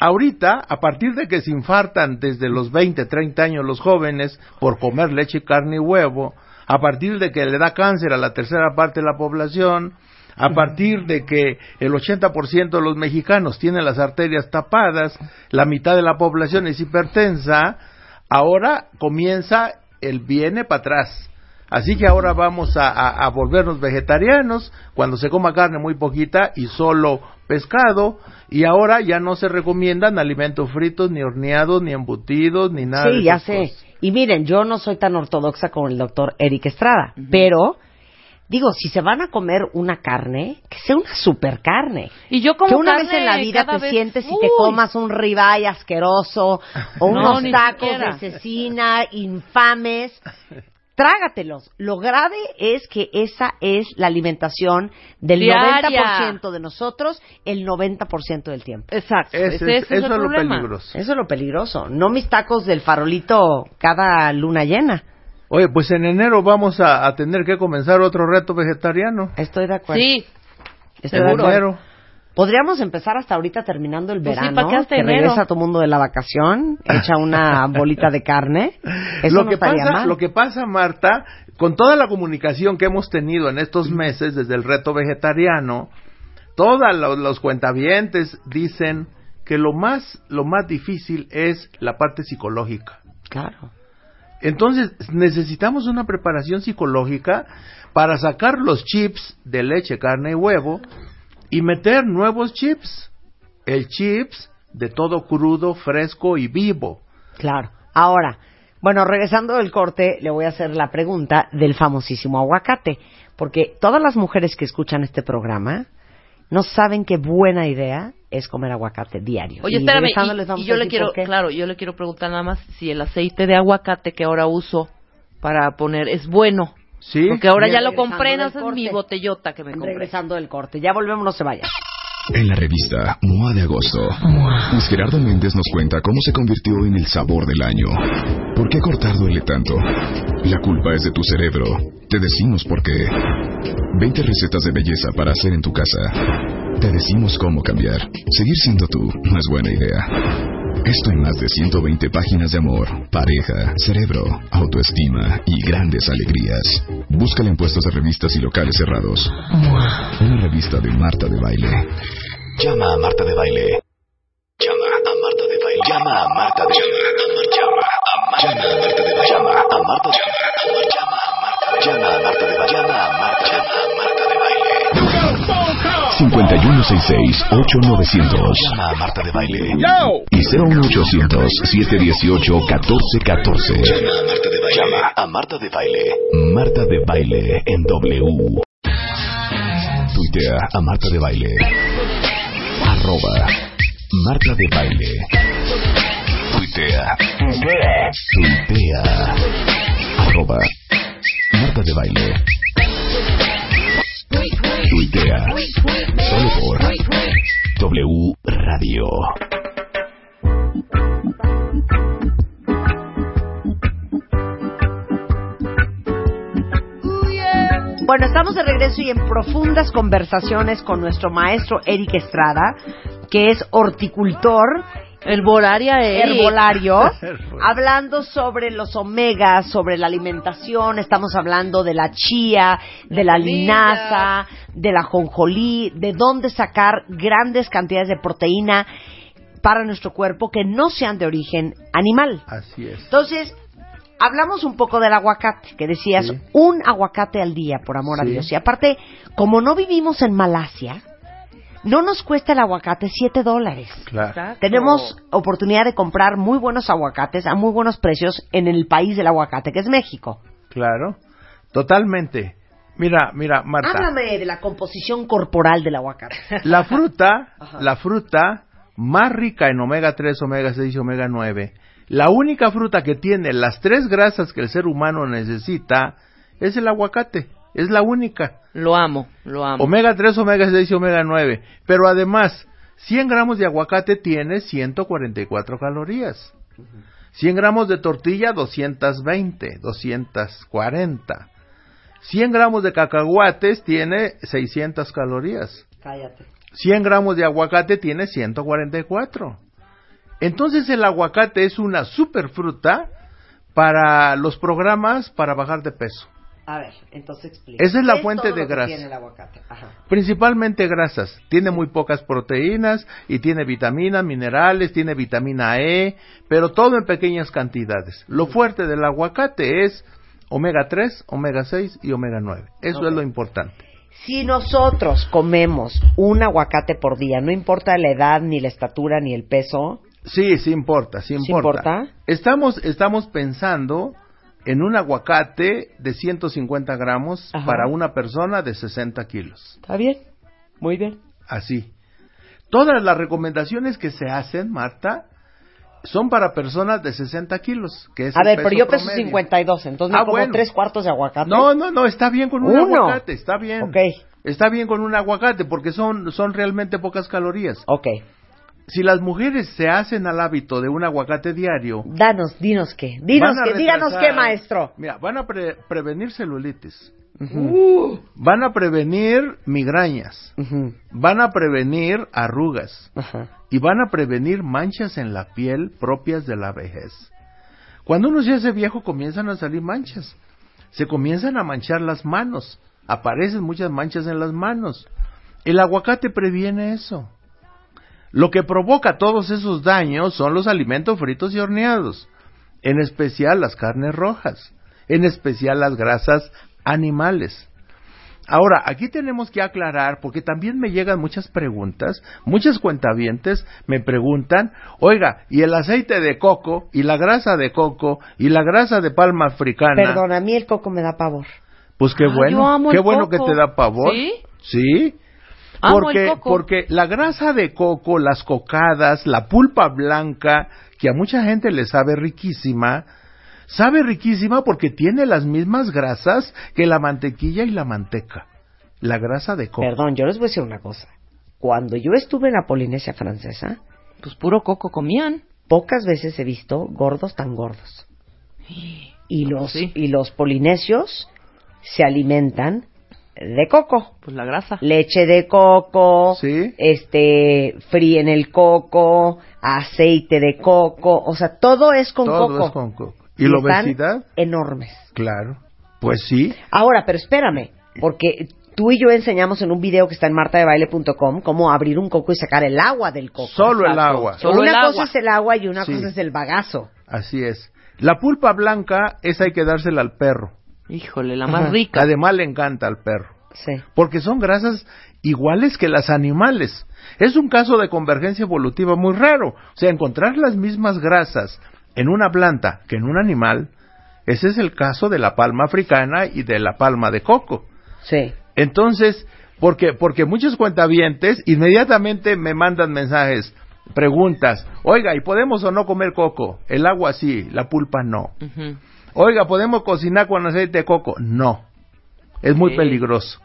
Speaker 7: Ahorita, a partir de que se infartan desde los 20, 30 años los jóvenes por comer leche, carne y huevo, a partir de que le da cáncer a la tercera parte de la población, a partir de que el 80% de los mexicanos tienen las arterias tapadas, la mitad de la población es hipertensa, ahora comienza el viene para atrás. Así que ahora vamos a, a- a volvernos vegetarianos cuando se coma carne muy poquita y solo pescado. Y ahora ya no se recomiendan alimentos fritos, ni horneados, ni embutidos, ni nada. de
Speaker 3: Sí, ya
Speaker 7: esas
Speaker 3: sé.
Speaker 7: cosas.
Speaker 3: Y miren, yo no soy tan ortodoxa como el doctor Eric Estrada, pero digo, si se van a comer una carne, que sea una super carne.
Speaker 4: Y yo como
Speaker 3: que una
Speaker 4: carne
Speaker 3: vez en la vida
Speaker 4: cada
Speaker 3: te
Speaker 4: vez-
Speaker 3: sientes y te
Speaker 4: Uy,
Speaker 3: comas un ribeye asqueroso o unos
Speaker 4: ni
Speaker 3: tacos
Speaker 4: siquiera.
Speaker 3: de cecina infames. Trágatelos. Lo grave es que esa es la alimentación del
Speaker 4: Diaria.
Speaker 3: 90% de nosotros el 90% del tiempo.
Speaker 4: Exacto. ese,
Speaker 7: Ese es-
Speaker 4: ese es
Speaker 7: eso
Speaker 4: el
Speaker 7: es lo
Speaker 4: problema.
Speaker 7: peligroso.
Speaker 3: Eso es lo peligroso. No mis tacos del farolito cada luna llena.
Speaker 7: Oye, pues en enero vamos a, a tener que comenzar otro reto vegetariano.
Speaker 3: Estoy de acuerdo.
Speaker 4: Sí,
Speaker 3: Estoy de
Speaker 7: En
Speaker 3: acuerdo.
Speaker 7: enero.
Speaker 3: Podríamos empezar hasta ahorita terminando el
Speaker 4: Pues sí,
Speaker 3: verano,
Speaker 4: ¿para qué hasta
Speaker 3: que
Speaker 4: enero?
Speaker 3: regresa todo mundo de la vacación, echa una bolita de carne. Eso
Speaker 7: lo
Speaker 3: no
Speaker 7: que
Speaker 3: estaría
Speaker 7: pasa,
Speaker 3: mal.
Speaker 7: lo que pasa, Marta, con toda la comunicación que hemos tenido en estos meses desde el reto vegetariano, todos los, los cuentavientes dicen que lo más, lo más difícil es la parte psicológica.
Speaker 3: Claro.
Speaker 7: Entonces necesitamos una preparación psicológica para sacar los chips de leche, carne y huevo y meter nuevos chips. El chips de todo crudo, fresco y vivo.
Speaker 3: Claro. Ahora, bueno, regresando del corte, le voy a hacer la pregunta del famosísimo aguacate, porque todas las mujeres que escuchan este programa no saben qué buena idea es comer aguacate diario.
Speaker 4: Oye,
Speaker 3: Y
Speaker 4: espérame,
Speaker 3: regresando les
Speaker 4: y,
Speaker 3: vamos
Speaker 4: y
Speaker 3: a
Speaker 4: yo le
Speaker 3: decir
Speaker 4: quiero,
Speaker 3: por qué.
Speaker 4: claro, yo le quiero preguntar nada más si el aceite de aguacate que ahora uso para poner es bueno,
Speaker 7: ¿Sí?
Speaker 4: porque ahora ya
Speaker 3: Mira,
Speaker 4: lo compré,
Speaker 3: regresando
Speaker 4: no
Speaker 3: del
Speaker 4: esa es mi
Speaker 3: corte.
Speaker 4: botellota que me compré.
Speaker 3: Regresando del corte, ya volvemos, no se vayan.
Speaker 1: En la revista MOA de agosto, Luis Gerardo Méndez nos cuenta cómo se convirtió en el sabor del año. ¿Por qué cortar duele tanto? La culpa es de tu cerebro. Te decimos por qué. 20 recetas de belleza para hacer en tu casa. Te decimos cómo cambiar. Seguir siendo tú no es buena idea. Esto en más de 120 páginas de amor, pareja, cerebro, autoestima y grandes alegrías. Búscala en puestos de revistas y locales cerrados. Una revista de Marta de Baile. Llama a Marta de Baile. Llama a Marta de Baile. Llama a Marta de Baile. Llama a Marta de Baile. Llama a Marta de Baile. Llama a Marta de Baile. Llama a Marta de Baile. Llama a Marta de Baile. 5166-8900. Llama a Marta de Baile. Y 01800-718-1414. Llama a Marta de Baile. Llama a Marta de Baile. Marta de Baile en W. Tuitea a Marta de Baile. Arroba Marta de Baile. Tuitea. Tuitea. Arroba Marta de Baile. Tuitea. Solo por W Radio.
Speaker 3: Bueno, estamos de regreso y en profundas conversaciones con nuestro maestro Eric Estrada, que es horticultor,
Speaker 4: Herboraria es
Speaker 3: herbolario, hablando sobre los omegas, sobre la alimentación, estamos hablando de la chía, de la linaza, de la jonjolí, de dónde sacar grandes cantidades de proteína. para nuestro cuerpo que no sean de origen animal.
Speaker 7: Así es.
Speaker 3: Entonces, hablamos un poco del aguacate, que decías
Speaker 7: Sí.
Speaker 3: un aguacate al día, por amor a
Speaker 7: Sí.
Speaker 3: Dios. Y aparte, como no vivimos en Malasia, no nos cuesta el aguacate 7 dólares.
Speaker 7: Claro.
Speaker 4: Exacto.
Speaker 3: Tenemos oportunidad de comprar muy buenos aguacates a muy buenos precios en el país del aguacate, que es México.
Speaker 7: Claro. Totalmente. Mira, mira, Marta.
Speaker 3: Háblame de la composición corporal del aguacate.
Speaker 7: La fruta, la fruta más rica en omega 3, omega 6 y omega 9, la única fruta que tiene las tres grasas que el ser humano necesita es el aguacate. Es la única.
Speaker 4: Lo amo, lo amo.
Speaker 7: Omega 3, omega 6 y omega 9. Pero además, 100 gramos de aguacate tiene 144 calorías. 100 gramos de tortilla, 220, 240. 100 gramos de cacahuates tiene 600 calorías.
Speaker 3: Cállate.
Speaker 7: 100 gramos de aguacate tiene 144. Entonces el aguacate es una superfruta para los programas para bajar de peso,
Speaker 3: A ver, entonces explica.
Speaker 7: Esa es la
Speaker 3: ¿Qué
Speaker 7: fuente
Speaker 3: todo
Speaker 7: de
Speaker 3: lo que
Speaker 7: grasa.
Speaker 3: tiene el aguacate? Ajá.
Speaker 7: principalmente grasas. Tiene muy pocas proteínas y tiene vitaminas, minerales, tiene vitamina E, pero todo en pequeñas cantidades. Lo fuerte del aguacate es omega 3, omega 6 y omega 9. Eso es lo importante.
Speaker 3: Si nosotros comemos un aguacate por día, no importa la edad, ni la estatura, ni el peso,
Speaker 7: Sí, sí importa, sí
Speaker 3: ¿Sí
Speaker 7: importa.
Speaker 3: importa?
Speaker 7: Estamos, estamos pensando en un aguacate de 150 gramos
Speaker 3: Ajá.
Speaker 7: para una persona de 60 kilos.
Speaker 3: está bien. Muy bien.
Speaker 7: Así. Todas las recomendaciones que se hacen, Marta, son para personas de 60 kilos. Que es
Speaker 3: A
Speaker 7: el
Speaker 3: ver, pero
Speaker 7: peso
Speaker 3: yo peso
Speaker 7: promedio.
Speaker 3: 52, entonces me
Speaker 7: Ah,
Speaker 3: como
Speaker 7: bueno.
Speaker 3: tres cuartos de aguacate.
Speaker 7: No, no, no, está bien con un
Speaker 3: Uno.
Speaker 7: aguacate, está bien.
Speaker 3: Ok.
Speaker 7: Está bien con un aguacate porque son, son realmente pocas calorías.
Speaker 3: Ok.
Speaker 7: Si las mujeres se hacen al hábito de un aguacate diario,
Speaker 3: Danos, dinos qué. Dinos
Speaker 7: Van a
Speaker 3: qué, díganos
Speaker 7: retrasar-
Speaker 3: qué, maestro.
Speaker 7: Mira, van a pre- prevenir celulitis. Van a prevenir migrañas.
Speaker 3: Ujú,
Speaker 7: Van a prevenir arrugas.
Speaker 3: Ajá.
Speaker 7: Y van a prevenir manchas en la piel propias de la vejez. Cuando uno se hace viejo comienzan a salir manchas. Se comienzan a manchar las manos. Aparecen muchas manchas en las manos. El aguacate previene eso. Lo que provoca todos esos daños son los alimentos fritos y horneados, en especial las carnes rojas, en especial las grasas animales. Ahora, aquí tenemos que aclarar, porque también me llegan muchas preguntas, muchas cuentavientes me preguntan, oiga, ¿y el aceite de coco, y la grasa de coco, y la grasa de palma africana?
Speaker 3: Perdón, a mí el coco me da pavor.
Speaker 7: Pues qué
Speaker 4: Ah, yo
Speaker 7: bueno,
Speaker 4: amo
Speaker 7: qué
Speaker 4: el
Speaker 7: bueno
Speaker 4: coco.
Speaker 7: que te da pavor.
Speaker 4: ¿Sí?
Speaker 7: Sí,
Speaker 4: Amo
Speaker 7: porque,
Speaker 4: el coco.
Speaker 7: porque la grasa de coco, las cocadas, la pulpa blanca, que a mucha gente le sabe riquísima, sabe riquísima porque tiene las mismas grasas que la mantequilla y la manteca. La grasa de coco.
Speaker 3: Perdón, yo les voy a decir una cosa. Cuando yo estuve en la Polinesia francesa,
Speaker 4: Pues puro coco comían.
Speaker 3: pocas veces he visto gordos tan gordos. Y
Speaker 7: Ah,
Speaker 4: No,
Speaker 3: los,
Speaker 4: sí.
Speaker 3: y los polinesios se alimentan de coco.
Speaker 4: Pues la grasa.
Speaker 3: Leche de coco,
Speaker 7: Sí.
Speaker 3: este, fríen el coco, aceite de coco, o sea, todo es con
Speaker 7: Todo
Speaker 3: coco.
Speaker 7: es con coco. ¿Y, la
Speaker 3: están
Speaker 7: obesidad?
Speaker 3: Enormes.
Speaker 7: Claro. Pues sí.
Speaker 3: Ahora, pero espérame, porque tú y yo enseñamos en un video que está en martadebaile.com cómo abrir un coco y sacar el agua del coco.
Speaker 7: Solo el agua.
Speaker 4: Solo
Speaker 3: una
Speaker 4: el
Speaker 3: cosa
Speaker 4: agua.
Speaker 3: es el agua y una
Speaker 7: Sí.
Speaker 3: cosa es el bagazo.
Speaker 7: Así es. La pulpa blanca, esa hay que dársela al perro.
Speaker 4: Híjole, la
Speaker 3: Ajá.
Speaker 4: más rica.
Speaker 7: Además le encanta al perro.
Speaker 3: Sí.
Speaker 7: porque son grasas iguales que las animales. Es un caso de convergencia evolutiva muy raro. O sea, encontrar las mismas grasas en una planta que en un animal, ese es el caso de la palma africana y de la palma de coco.
Speaker 3: Sí.
Speaker 7: Entonces, porque, porque muchos cuentavientes inmediatamente me mandan mensajes, preguntas, oiga, ¿y podemos o no comer coco? El agua sí, la pulpa no.
Speaker 4: Ujú.
Speaker 7: Oiga, ¿podemos cocinar con aceite de coco? No. Es muy
Speaker 4: Sí.
Speaker 7: peligroso.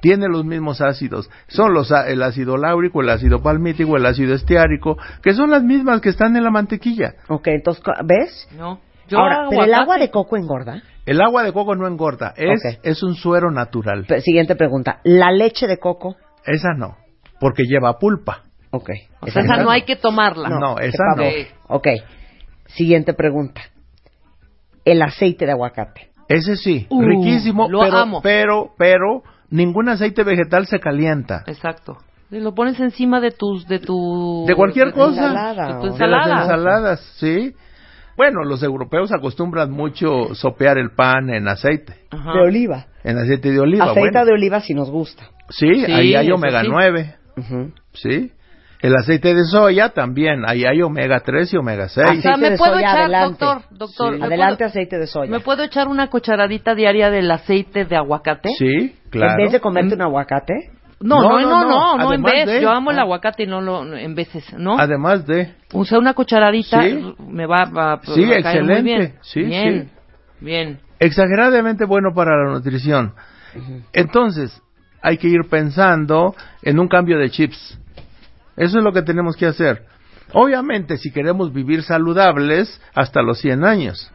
Speaker 7: Tiene los mismos ácidos. Son los, a- el ácido láurico, el ácido palmítico, el ácido estiárico, que son las mismas que están en la mantequilla.
Speaker 3: Ok, entonces, co- ¿ves?
Speaker 4: No.
Speaker 3: Ahora, pero el
Speaker 4: aguacate.
Speaker 3: agua de coco engorda.
Speaker 7: El agua de coco no engorda. Es,
Speaker 3: Ok.
Speaker 7: es un suero natural.
Speaker 3: Pe- siguiente pregunta. ¿La leche de coco?
Speaker 7: Esa no, porque lleva pulpa.
Speaker 3: Ok.
Speaker 4: O sea,
Speaker 7: Esa
Speaker 4: esa
Speaker 7: no.
Speaker 4: no hay que tomarla.
Speaker 7: No,
Speaker 3: qué
Speaker 7: esa
Speaker 3: pavor.
Speaker 4: no.
Speaker 3: Ok. Siguiente pregunta. El aceite de aguacate.
Speaker 7: Ese sí,
Speaker 4: Uh,
Speaker 7: riquísimo,
Speaker 4: lo
Speaker 7: pero,
Speaker 4: amo.
Speaker 7: pero, pero, ningún aceite vegetal se calienta.
Speaker 4: Exacto. Lo pones encima de tus, de tu...
Speaker 7: De cualquier
Speaker 4: tu
Speaker 7: cosa.
Speaker 4: De tu
Speaker 3: o-
Speaker 7: De las
Speaker 4: ensalada.
Speaker 7: ensaladas, sí. Bueno, los europeos acostumbran mucho sopear el pan en aceite,
Speaker 4: Ajá. Ah,
Speaker 3: De oliva.
Speaker 7: en aceite de oliva.
Speaker 3: Aceite
Speaker 7: bueno.
Speaker 3: de oliva si nos gusta.
Speaker 7: Sí,
Speaker 4: Sí,
Speaker 7: ahí hay
Speaker 4: eso
Speaker 7: omega
Speaker 4: sí.
Speaker 7: 9,
Speaker 3: Ujú.
Speaker 7: sí. El aceite de soya también, ahí hay omega 3 y omega 6.
Speaker 4: O sea,
Speaker 3: Aceite
Speaker 4: me
Speaker 3: de
Speaker 4: puedo
Speaker 3: soya,
Speaker 4: echar,
Speaker 3: adelante.
Speaker 4: doctor, doctor.
Speaker 7: Sí.
Speaker 4: ¿me
Speaker 3: Adelante
Speaker 4: puedo-
Speaker 3: aceite de soya.
Speaker 4: ¿Me puedo echar una cucharadita diaria del aceite de aguacate?
Speaker 7: Sí, claro.
Speaker 3: En vez de comerte
Speaker 4: Mm.
Speaker 3: un aguacate,
Speaker 4: No, no,
Speaker 7: No,
Speaker 4: no,
Speaker 7: no,
Speaker 4: no,
Speaker 7: no,
Speaker 4: no, en
Speaker 7: además
Speaker 4: vez.
Speaker 7: de-
Speaker 4: Yo amo el
Speaker 7: Ah.
Speaker 4: aguacate y no lo no, en veces, ¿no?
Speaker 7: Además de...
Speaker 4: O sea, una cucharadita
Speaker 7: Sí.
Speaker 4: me va, va- va
Speaker 7: Sí,
Speaker 4: a caer
Speaker 7: excelente.
Speaker 4: muy bien.
Speaker 7: Sí,
Speaker 4: bien, bien.
Speaker 7: exageradamente bueno para la nutrición. Entonces, hay que ir pensando en un cambio de chips. Eso es lo que tenemos que hacer. Obviamente, si queremos vivir saludables hasta los 100 años.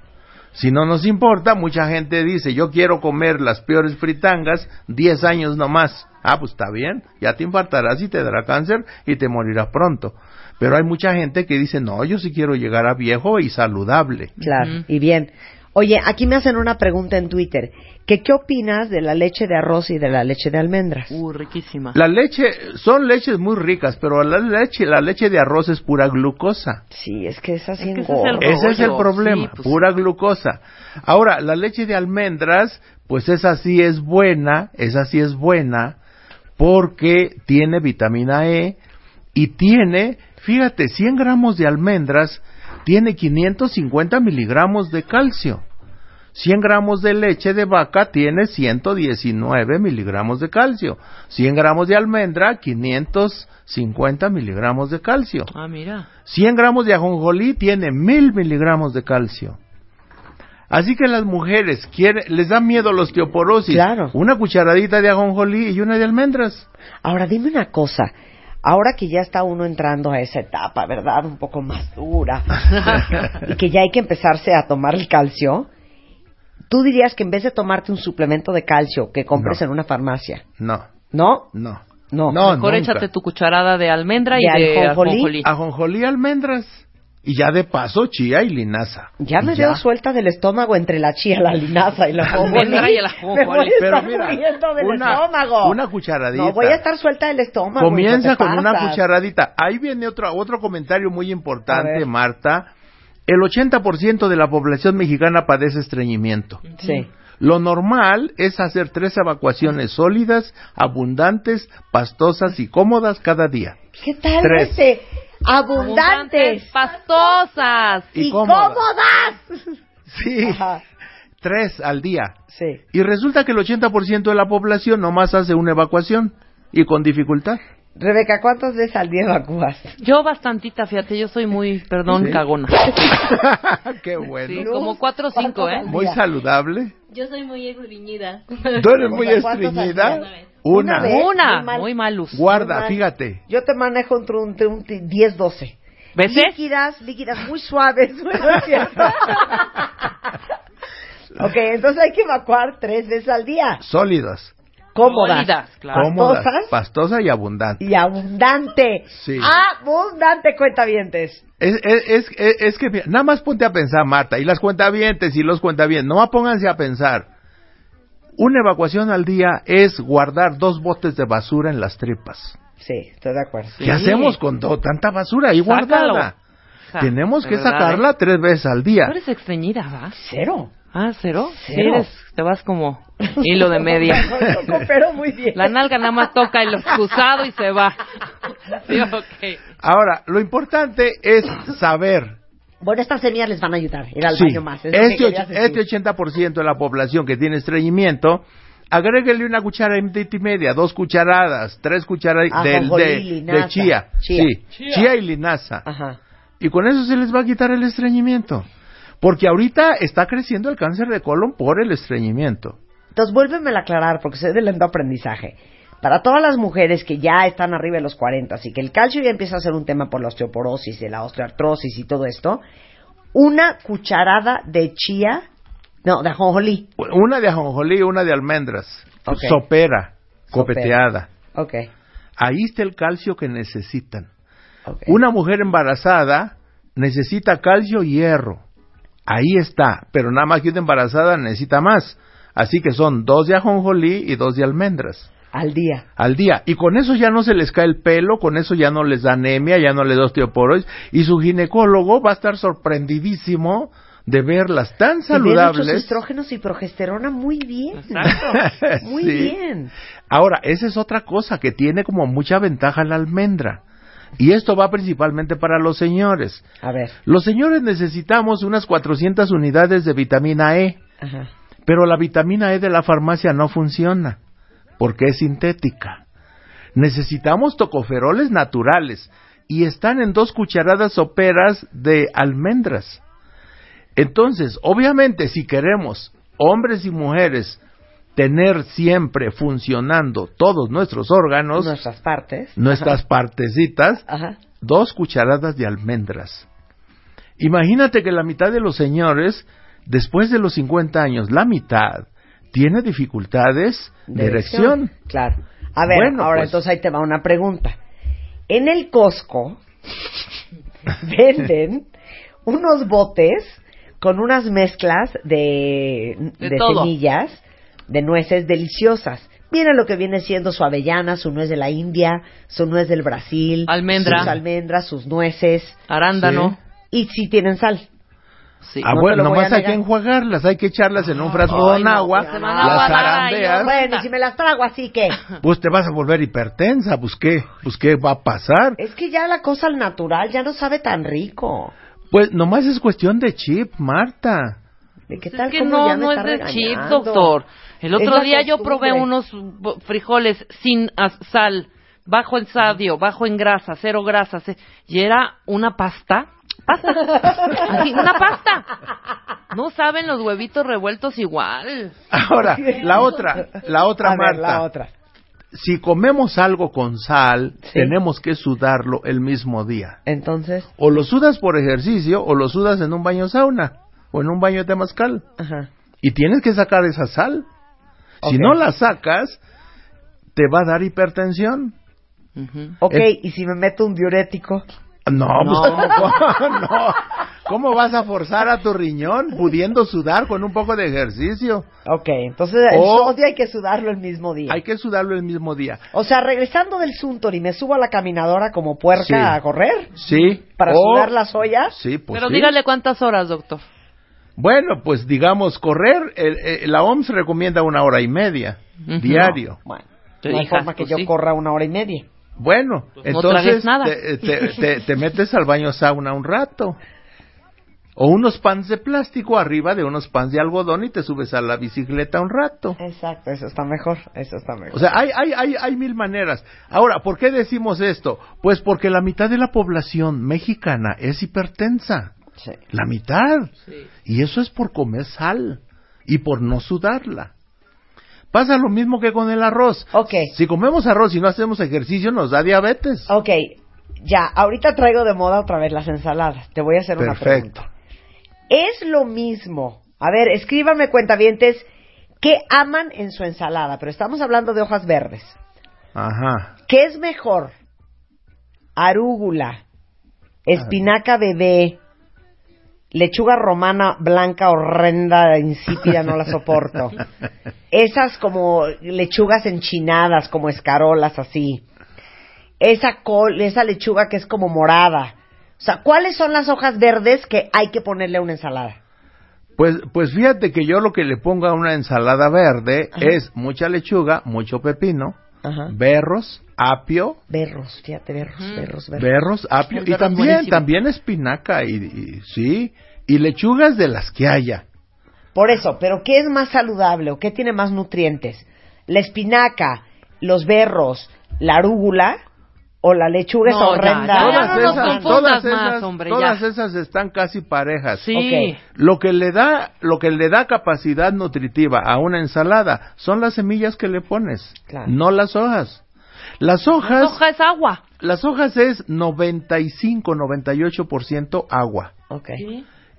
Speaker 7: Si no nos importa, mucha gente dice, yo quiero comer las peores fritangas 10 años nomás. Ah, pues está bien, ya te infartarás y te dará cáncer y te morirás pronto. Pero hay mucha gente que dice, no, yo sí quiero llegar a viejo y saludable.
Speaker 3: claro,
Speaker 4: Ujú.
Speaker 3: y bien. Oye, aquí me hacen una pregunta en Twitter. que ¿Qué opinas de la leche de arroz y de la leche de almendras?
Speaker 4: Uh, riquísima.
Speaker 7: La leche, son leches muy ricas, pero la leche, la leche de arroz es pura glucosa.
Speaker 3: Sí, es que esa sí
Speaker 4: Es que ese es
Speaker 3: engorda.
Speaker 4: el-
Speaker 7: Ese es el
Speaker 4: Rollo,
Speaker 7: problema,
Speaker 4: sí, pues.
Speaker 7: pura glucosa. Ahora, la leche de almendras, pues esa sí es buena, esa sí es buena, porque tiene vitamina E y tiene, fíjate, 100 gramos de almendras tiene 550 miligramos de calcio. 100 gramos de leche de vaca tiene 119 miligramos de calcio. 100 gramos de almendra, 550 miligramos de calcio.
Speaker 4: Ah, mira.
Speaker 7: 100 gramos de ajonjolí tiene 1000 miligramos de calcio. Así que las mujeres quieren, les da miedo la osteoporosis.
Speaker 3: Claro.
Speaker 7: Una cucharadita de ajonjolí y una de almendras.
Speaker 3: Ahora dime una cosa. Ahora que ya está uno entrando a esa etapa, ¿verdad? Un poco más dura. y que ya hay que empezarse a tomar el calcio. ¿Tú dirías que en vez de tomarte un suplemento de calcio que compres
Speaker 7: No.
Speaker 3: en una farmacia?
Speaker 7: No,
Speaker 3: ¿No?
Speaker 7: no.
Speaker 3: No.
Speaker 7: No,
Speaker 4: Mejor
Speaker 7: nunca.
Speaker 4: échate tu cucharada de almendra y
Speaker 3: ¿De
Speaker 4: de
Speaker 3: ajonjolí?
Speaker 4: ajonjolí.
Speaker 7: Ajonjolí, almendras. Y ya de paso, chía y linaza.
Speaker 3: Ya me
Speaker 7: Y
Speaker 3: veo suelta del estómago entre la chía, la linaza y la
Speaker 4: almendra y el
Speaker 3: ajonjolí. Me voy
Speaker 4: ajonjolí.
Speaker 3: a
Speaker 7: Pero
Speaker 3: estar
Speaker 7: mira,
Speaker 3: muriendo del
Speaker 7: una-
Speaker 3: estómago.
Speaker 7: una cucharadita.
Speaker 3: No, voy a estar suelta del estómago.
Speaker 7: Comienza
Speaker 3: hijo, ¿te
Speaker 7: con una
Speaker 3: pasas?
Speaker 7: cucharadita. Ahí viene otro, otro comentario muy
Speaker 3: A
Speaker 7: importante,
Speaker 3: ver.
Speaker 7: Marta. El 80% de la población mexicana padece estreñimiento.
Speaker 3: Sí.
Speaker 7: Lo normal es hacer tres evacuaciones sólidas, abundantes, pastosas y cómodas cada día.
Speaker 3: ¿Qué tal
Speaker 7: Tres.
Speaker 3: ese? Abundantes.
Speaker 4: Pastosas.
Speaker 3: y
Speaker 7: Y cómodas.
Speaker 3: cómodas.
Speaker 7: Sí,
Speaker 3: Ajá,
Speaker 7: tres al día.
Speaker 3: sí.
Speaker 7: Y resulta que el 80% de la población nomás hace una evacuación y con dificultad.
Speaker 3: Rebeca, ¿cuántas veces al día evacúas?
Speaker 4: Yo bastantita, fíjate, yo soy muy, perdón,
Speaker 7: Sí.
Speaker 4: cagona.
Speaker 7: Qué
Speaker 4: Sí,
Speaker 7: bueno.
Speaker 4: como cuatro o cinco, ¿eh?
Speaker 7: Muy saludable.
Speaker 8: Yo soy muy esgriñida.
Speaker 7: Tú eres muy
Speaker 3: ¿Cuántas
Speaker 7: estreñida.
Speaker 8: al día?
Speaker 7: Una.
Speaker 3: Una vez.
Speaker 4: Una,
Speaker 3: Muy mal.
Speaker 4: muy mal luz.
Speaker 3: Muy
Speaker 7: Guarda,
Speaker 3: mal.
Speaker 7: fíjate.
Speaker 3: Yo te manejo entre un, entre un t- 10, 12.
Speaker 4: ¿Veces?
Speaker 3: Líquidas, líquidas muy suaves. ¿no es cierto? ok, entonces hay que evacuar tres veces al día.
Speaker 7: Sólidas,
Speaker 3: Cómodas.
Speaker 4: Sólidas, claro.
Speaker 7: cómodas,
Speaker 3: Pastosas.
Speaker 7: pastosa y abundante.
Speaker 3: Y abundante.
Speaker 7: Sí.
Speaker 3: Abundante, cuentavientes.
Speaker 7: Es, es, es, es que mira, nada más ponte a pensar, Marta, y las cuentavientes y los cuentavientes, no más pónganse a pensar. Una evacuación al día es guardar dos botes de basura en las tripas.
Speaker 3: Sí, estoy de acuerdo.
Speaker 4: Sí.
Speaker 7: ¿Qué hacemos con to- tanta basura ahí
Speaker 4: Sácalo.
Speaker 7: guardada?
Speaker 4: Ja,
Speaker 7: Tenemos
Speaker 4: de
Speaker 7: que
Speaker 4: verdad,
Speaker 7: sacarla
Speaker 4: ¿eh?
Speaker 7: tres veces al día.
Speaker 4: Tú eres extrañida, ¿va?
Speaker 3: Cero.
Speaker 4: Ah, ¿cero? Sí,
Speaker 3: Cero.
Speaker 4: eres- te vas como hilo de media.
Speaker 3: Yo coopero muy bien.
Speaker 4: La nalga nada más toca el excusado y se va. Sí, ok.
Speaker 7: Ahora, lo importante es saber
Speaker 3: Bueno, estas semillas les van a ayudar. Ir al
Speaker 7: Sí.
Speaker 3: baño más. es lo que
Speaker 7: Este,
Speaker 3: quería
Speaker 7: och-
Speaker 3: decir.
Speaker 7: este 80% de la población que tiene estreñimiento, agréguele una cucharadita y media, dos cucharadas, tres cucharadas del-
Speaker 3: Ajonjolí,
Speaker 7: de, de,
Speaker 3: Ah, linaza.
Speaker 7: chía.
Speaker 3: Chía.
Speaker 7: Sí, chía y linaza.
Speaker 3: Ajá.
Speaker 7: Y con eso se les va a quitar el estreñimiento. Porque ahorita está creciendo el cáncer de colon por el estreñimiento.
Speaker 3: Entonces, vuélvemela a aclarar, porque soy de lento aprendizaje. Para todas las mujeres que ya están arriba de los 40 y que el calcio ya empieza a ser un tema por la osteoporosis, de la osteoartrosis y todo esto, una cucharada de chía, no, de ajonjolí.
Speaker 7: Una de ajonjolí, una de almendras.
Speaker 3: Ok.
Speaker 7: Sopera,
Speaker 3: Sopera.
Speaker 7: copeteada.
Speaker 3: Ok.
Speaker 7: Ahí está el calcio que necesitan.
Speaker 3: ok.
Speaker 7: Una mujer embarazada necesita calcio y hierro. Ahí está, pero nada más que una embarazada necesita más. Así que son dos de ajonjolí y dos de almendras.
Speaker 3: al día.
Speaker 7: al día. Y con eso ya no se les cae el pelo, con eso ya no les da anemia, ya no les da osteoporosis. Y su ginecólogo va a estar sorprendidísimo de verlas
Speaker 3: Tiene
Speaker 7: tan
Speaker 3: muchos
Speaker 7: saludables.
Speaker 3: estrógenos y progesterona muy bien. Muy
Speaker 7: Sí.
Speaker 3: bien.
Speaker 7: Ahora, esa es otra cosa que tiene como mucha ventaja la almendra. Y esto va principalmente para los señores.
Speaker 3: A ver.
Speaker 7: Los señores necesitamos unas 400 unidades de vitamina E,
Speaker 3: Ajá.
Speaker 7: pero la vitamina E de la farmacia no funciona porque es sintética. Necesitamos tocoferoles naturales y están en dos cucharadas soperas de almendras. Entonces, obviamente, si queremos, hombres y mujeres, tener siempre funcionando todos nuestros órganos,
Speaker 3: Nuestras partes.
Speaker 7: nuestras partecitas,
Speaker 3: Ajá.
Speaker 7: dos cucharadas de almendras. Imagínate que la mitad de los señores, después de los 50 años, la mitad tiene dificultades de erección.
Speaker 3: Claro. A ver,
Speaker 7: Bueno,
Speaker 3: ahora
Speaker 7: pues.
Speaker 3: entonces ahí te va una pregunta. En el Costco venden unos botes con unas mezclas de,
Speaker 4: De
Speaker 3: de
Speaker 4: todo.
Speaker 3: semillas, de nueces deliciosas. Mira lo que viene siendo su avellana, su nuez de la India, su nuez del Brasil,
Speaker 4: Almendra.
Speaker 3: sus almendras, sus nueces,
Speaker 4: Arándano.
Speaker 3: y si tienen sal.
Speaker 4: Sí.
Speaker 7: Ah,
Speaker 3: No te
Speaker 7: bueno,
Speaker 3: lo voy
Speaker 7: nomás
Speaker 3: a
Speaker 7: hay que
Speaker 3: negar.
Speaker 7: enjuagarlas, hay que echarlas en un frasco
Speaker 4: Ay,
Speaker 7: con
Speaker 4: no,
Speaker 7: agua,
Speaker 4: se van a
Speaker 7: las
Speaker 4: aguadar, ay, no.
Speaker 7: arandeas,
Speaker 3: Ah, Bueno, y si me las trago así que
Speaker 7: pues te vas a volver hipertensa, pues qué, pues qué va a pasar.
Speaker 3: es que ya la cosa al natural ya no sabe tan rico.
Speaker 7: Pues nomás es cuestión de chip, Marta.
Speaker 3: ¿De qué
Speaker 4: Pues
Speaker 3: tal
Speaker 4: es que
Speaker 3: cómo
Speaker 4: no,
Speaker 3: ya me
Speaker 4: no es
Speaker 3: está
Speaker 4: de chip,
Speaker 3: regañando?
Speaker 4: doctor. El
Speaker 3: Es
Speaker 4: otro
Speaker 3: la
Speaker 4: día yo probé
Speaker 3: costumbre.
Speaker 4: unos bo- frijoles sin as- sal, bajo en sadio, bajo en grasa, cero grasas, eh, y era una pasta. Pasta. Así, una pasta. No saben los huevitos revueltos igual.
Speaker 7: Ahora, la otra, la otra
Speaker 3: A ver,
Speaker 7: Marta.
Speaker 3: la otra.
Speaker 7: Si comemos algo con sal,
Speaker 3: Sí.
Speaker 7: tenemos que sudarlo el mismo día.
Speaker 3: Entonces,
Speaker 7: O lo sudas por ejercicio o lo sudas en un baño sauna o en un baño de temazcal.
Speaker 3: ajá.
Speaker 7: Y tienes que sacar esa sal. Si
Speaker 3: Ok.
Speaker 7: no la sacas, te va a dar hipertensión.
Speaker 4: Ujú.
Speaker 3: Ok,
Speaker 7: Eh.
Speaker 3: y si me meto un diurético,
Speaker 7: No, pues, ¿cómo, no. ¿Cómo vas a forzar a tu riñón pudiendo sudar con un poco de ejercicio?
Speaker 3: ok, entonces el
Speaker 7: O-
Speaker 3: sodio hay que sudarlo el mismo día.
Speaker 7: Hay que sudarlo el mismo día.
Speaker 3: O sea, regresando del Suntor y me subo a la caminadora como puerca
Speaker 7: Sí.
Speaker 3: a correr
Speaker 7: Sí.
Speaker 3: para
Speaker 7: o-
Speaker 3: sudar las ollas.
Speaker 7: Sí, pues
Speaker 4: Pero
Speaker 7: sí.
Speaker 4: dígale cuántas horas, doctor.
Speaker 7: Bueno, pues digamos, correr, el- el- la OMS recomienda una hora y media
Speaker 4: Ujú.
Speaker 7: diario.
Speaker 3: Bueno,
Speaker 4: Te
Speaker 3: no hay
Speaker 4: dijas,
Speaker 3: forma que
Speaker 4: pues
Speaker 3: yo
Speaker 4: sí.
Speaker 3: corra una hora y media.
Speaker 7: Bueno,
Speaker 4: no
Speaker 7: entonces
Speaker 4: tragues nada.
Speaker 7: Te, eh, te- te- te metes al baño sauna un rato. O unos pants de plástico arriba de unos pants de algodón y te subes a la bicicleta un rato.
Speaker 3: Exacto, eso está mejor, eso está mejor.
Speaker 7: O sea, hay, hay, hay, hay mil maneras. Ahora, ¿por qué decimos esto? Pues porque la mitad de la población mexicana es hipertensa.
Speaker 3: Sí.
Speaker 7: La mitad. Y eso es por comer sal y por no sudarla. Pasa lo mismo que con el arroz.
Speaker 3: Ok.
Speaker 7: Si comemos arroz y no hacemos ejercicio, nos da diabetes.
Speaker 3: Ok, ya, ahorita traigo de moda otra vez las ensaladas. Te voy a hacer una pregunta.
Speaker 7: Perfecto.
Speaker 3: Es lo mismo. A ver, escríbanme cuentavientes que aman en su ensalada, pero estamos hablando de hojas verdes.
Speaker 7: Ajá.
Speaker 3: ¿Qué es mejor? Arúgula, espinaca bebé, lechuga romana blanca horrenda, insípida, no la soporto. Esas como lechugas enchinadas, como escarolas así. Esa col, esa lechuga que es como morada. O sea, ¿cuáles son las hojas verdes que hay que ponerle a una ensalada?
Speaker 7: Pues, pues fíjate que yo lo que le pongo a una ensalada verde es mucha lechuga, mucho pepino,
Speaker 3: Ajá.
Speaker 7: Mm. berros, apio,
Speaker 3: Berros, fíjate, berros, berros, berros.
Speaker 7: berros, apio
Speaker 4: El
Speaker 7: y
Speaker 4: berro es
Speaker 7: también,
Speaker 4: buenísimo.
Speaker 7: también espinaca y, y- sí, y lechugas de las que haya.
Speaker 3: Por eso, pero ¿qué es más saludable o qué tiene más nutrientes? ¿La espinaca, los berros, la arúgula o la lechuga esa
Speaker 4: No, ya,
Speaker 3: horrenda?
Speaker 4: ya, ya
Speaker 7: Todas
Speaker 4: no nos
Speaker 7: esas,
Speaker 4: confundas
Speaker 7: todas
Speaker 4: más,
Speaker 7: esas-
Speaker 4: hombre,
Speaker 7: todas
Speaker 4: ya.
Speaker 7: esas están casi parejas.
Speaker 4: Sí.
Speaker 3: Ok.
Speaker 7: Lo que le da, lo que le da capacidad nutritiva a una ensalada son las semillas que le pones,
Speaker 3: Claro.
Speaker 7: no las hojas. Las
Speaker 4: Una
Speaker 7: hojas,
Speaker 4: hoja es agua.
Speaker 7: las hojas es 95-98% agua
Speaker 3: Ok.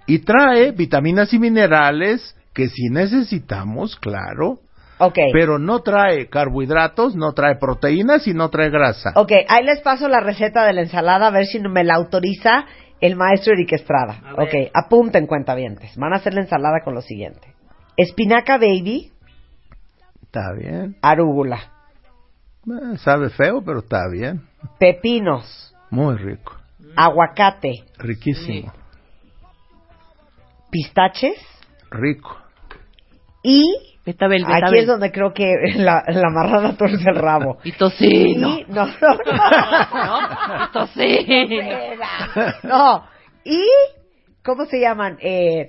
Speaker 7: y trae vitaminas y minerales que si necesitamos, claro,
Speaker 3: Ok.
Speaker 7: pero no trae carbohidratos, no trae proteínas y no trae grasa.
Speaker 3: Ok, ahí les paso la receta de la ensalada a ver si me la autoriza el maestro Eric Estrada.
Speaker 4: A
Speaker 3: Ok,
Speaker 4: ver.
Speaker 3: apunten cuentavientes. Van a hacer la ensalada con lo siguiente. Espinaca baby,
Speaker 7: Está bien.
Speaker 3: arúgula,
Speaker 7: Eh, sabe feo, pero está bien.
Speaker 3: Pepinos,
Speaker 7: Muy rico.
Speaker 4: Mm.
Speaker 3: aguacate,
Speaker 7: Riquísimo.
Speaker 3: pistaches
Speaker 7: Rico.
Speaker 3: y
Speaker 4: Betabel,
Speaker 3: Aquí
Speaker 4: betabel.
Speaker 3: es donde creo que la, la marrana torce el rabo.
Speaker 4: Y tocino.
Speaker 3: Y, no, no, no.
Speaker 4: ¿No? Y tocino.
Speaker 3: No. Y, ¿cómo se llaman? Eh,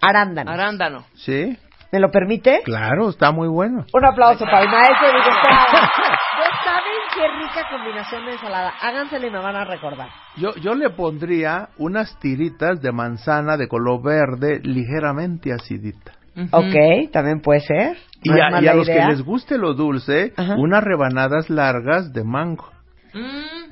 Speaker 3: arándanos.
Speaker 4: Arándano.
Speaker 7: ¿Sí?
Speaker 3: ¿Me lo permite?
Speaker 7: Claro, está muy bueno.
Speaker 3: Un aplauso para el maestro Diego Estrada. ¿No saben qué rica combinación de ensalada? Hágansela y me van a recordar.
Speaker 7: Yo, yo le pondría unas tiritas de manzana de color verde ligeramente acidita.
Speaker 4: Ujú.
Speaker 3: Ok, también puede ser.
Speaker 7: Y
Speaker 3: No es
Speaker 7: a, y
Speaker 3: mala
Speaker 7: a los
Speaker 3: idea.
Speaker 7: que les guste lo dulce,
Speaker 3: Ajá.
Speaker 7: unas rebanadas largas de mango.
Speaker 4: Mm,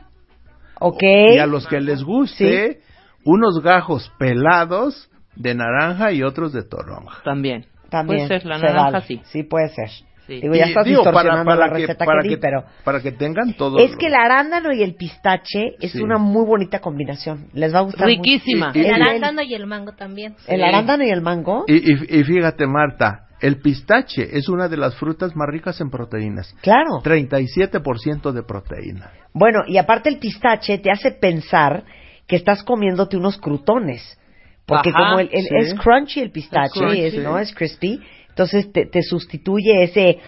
Speaker 3: Ok.
Speaker 7: Y a los que les guste, unos gajos pelados de naranja y otros de toronja.
Speaker 4: también.
Speaker 3: También.
Speaker 4: Puede ser la
Speaker 3: se
Speaker 4: naranja,
Speaker 3: vale.
Speaker 4: sí.
Speaker 3: Sí, puede ser.
Speaker 4: Sí.
Speaker 3: Digo, ya
Speaker 7: Y
Speaker 3: estás
Speaker 7: digo,
Speaker 3: distorsionando la
Speaker 7: que-
Speaker 3: receta
Speaker 7: para
Speaker 3: que di, pero...
Speaker 7: para que tengan todo.
Speaker 3: Es
Speaker 7: lo-
Speaker 3: que el arándano y el pistache es
Speaker 7: Sí.
Speaker 3: una muy bonita combinación. Les va a gustar mucho.
Speaker 4: Riquísima.
Speaker 8: El
Speaker 3: El-
Speaker 8: arándano y el mango también.
Speaker 3: El arándano y el mango.
Speaker 7: Y, y- y fíjate, Marta, el pistache es una de las frutas más ricas en proteínas.
Speaker 3: Claro.
Speaker 7: 37% de proteína.
Speaker 3: Bueno, y aparte el pistache te hace pensar que estás comiéndote unos crutones. Porque
Speaker 4: Ajá,
Speaker 3: como el, el-
Speaker 7: sí.
Speaker 3: es crunchy el pistache,
Speaker 4: Es crunchy.
Speaker 3: es- ¿no? Es crispy. Entonces te, te sustituye ese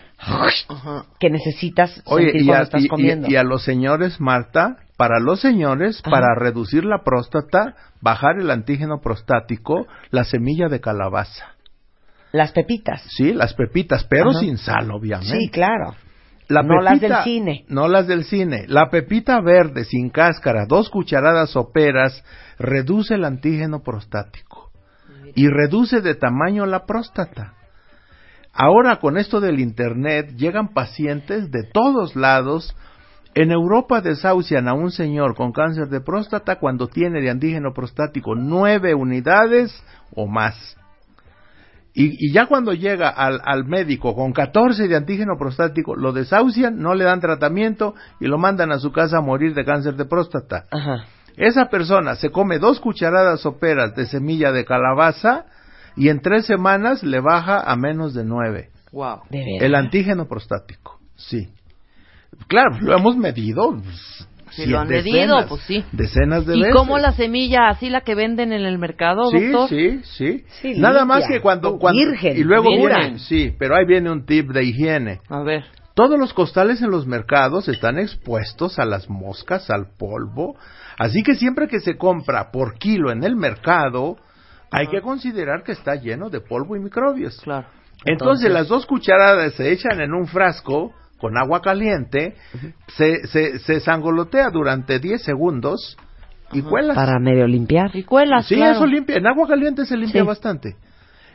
Speaker 3: que necesitas
Speaker 7: Oye,
Speaker 3: sentir
Speaker 7: y
Speaker 3: cuando
Speaker 7: a,
Speaker 3: estás
Speaker 7: y- y-
Speaker 3: comiendo. Ah.
Speaker 7: y a los señores, Marta, para los señores,
Speaker 3: Ajá.
Speaker 7: para reducir la próstata, bajar el antígeno prostático, la semilla de calabaza.
Speaker 3: Las pepitas.
Speaker 7: Sí, las pepitas, pero
Speaker 3: Ajá.
Speaker 7: sin sal, obviamente.
Speaker 3: Sí, claro.
Speaker 7: La
Speaker 3: No las
Speaker 7: pepita-
Speaker 3: del cine.
Speaker 7: No las del cine. La pepita verde sin cáscara, dos cucharadas soperas, reduce el antígeno prostático y reduce de tamaño la próstata. Ahora con esto del Internet llegan pacientes de todos lados. En Europa desahucian a un señor con cáncer de próstata cuando tiene de antígeno prostático nueve unidades o más. Y, y ya cuando llega al, al médico con 14 de antígeno prostático, lo desahucian, no le dan tratamiento y lo mandan a su casa a morir de cáncer de próstata.
Speaker 3: Ajá.
Speaker 7: Esa persona se come dos cucharadas soperas de semilla de calabaza y en tres semanas le baja a menos de nueve.
Speaker 4: Wow.
Speaker 3: De veras.
Speaker 7: El antígeno prostático, sí. Claro, lo hemos medido. pues,
Speaker 4: Sí,
Speaker 7: cien-
Speaker 4: lo han medido,
Speaker 7: decenas-
Speaker 4: pues sí.
Speaker 7: Decenas de
Speaker 4: ¿Y
Speaker 7: veces.
Speaker 4: cómo la semilla, así la que venden en el mercado,
Speaker 7: Sí,
Speaker 4: doctor?
Speaker 7: sí, sí,
Speaker 3: Sí,
Speaker 7: Nada
Speaker 3: limpia. Oh,
Speaker 7: más que cuando, cuando
Speaker 3: Virgen,
Speaker 7: y luego
Speaker 4: pura.
Speaker 7: viene, sí, pero ahí viene un tip de higiene.
Speaker 4: A ver.
Speaker 7: Todos los costales en los mercados están expuestos a las moscas, al polvo, así que siempre que se compra por kilo en el mercado, hay que considerar que está lleno de polvo y microbios.
Speaker 4: Claro.
Speaker 7: Entonces, las dos cucharadas se echan en un frasco con agua caliente, se, se, se sangolotea durante 10 segundos y cuelas.
Speaker 3: Para medio limpiar.
Speaker 4: Ricuelas,
Speaker 7: Sí,
Speaker 4: claro.
Speaker 7: eso limpia. En agua caliente se limpia
Speaker 3: Sí.
Speaker 7: bastante.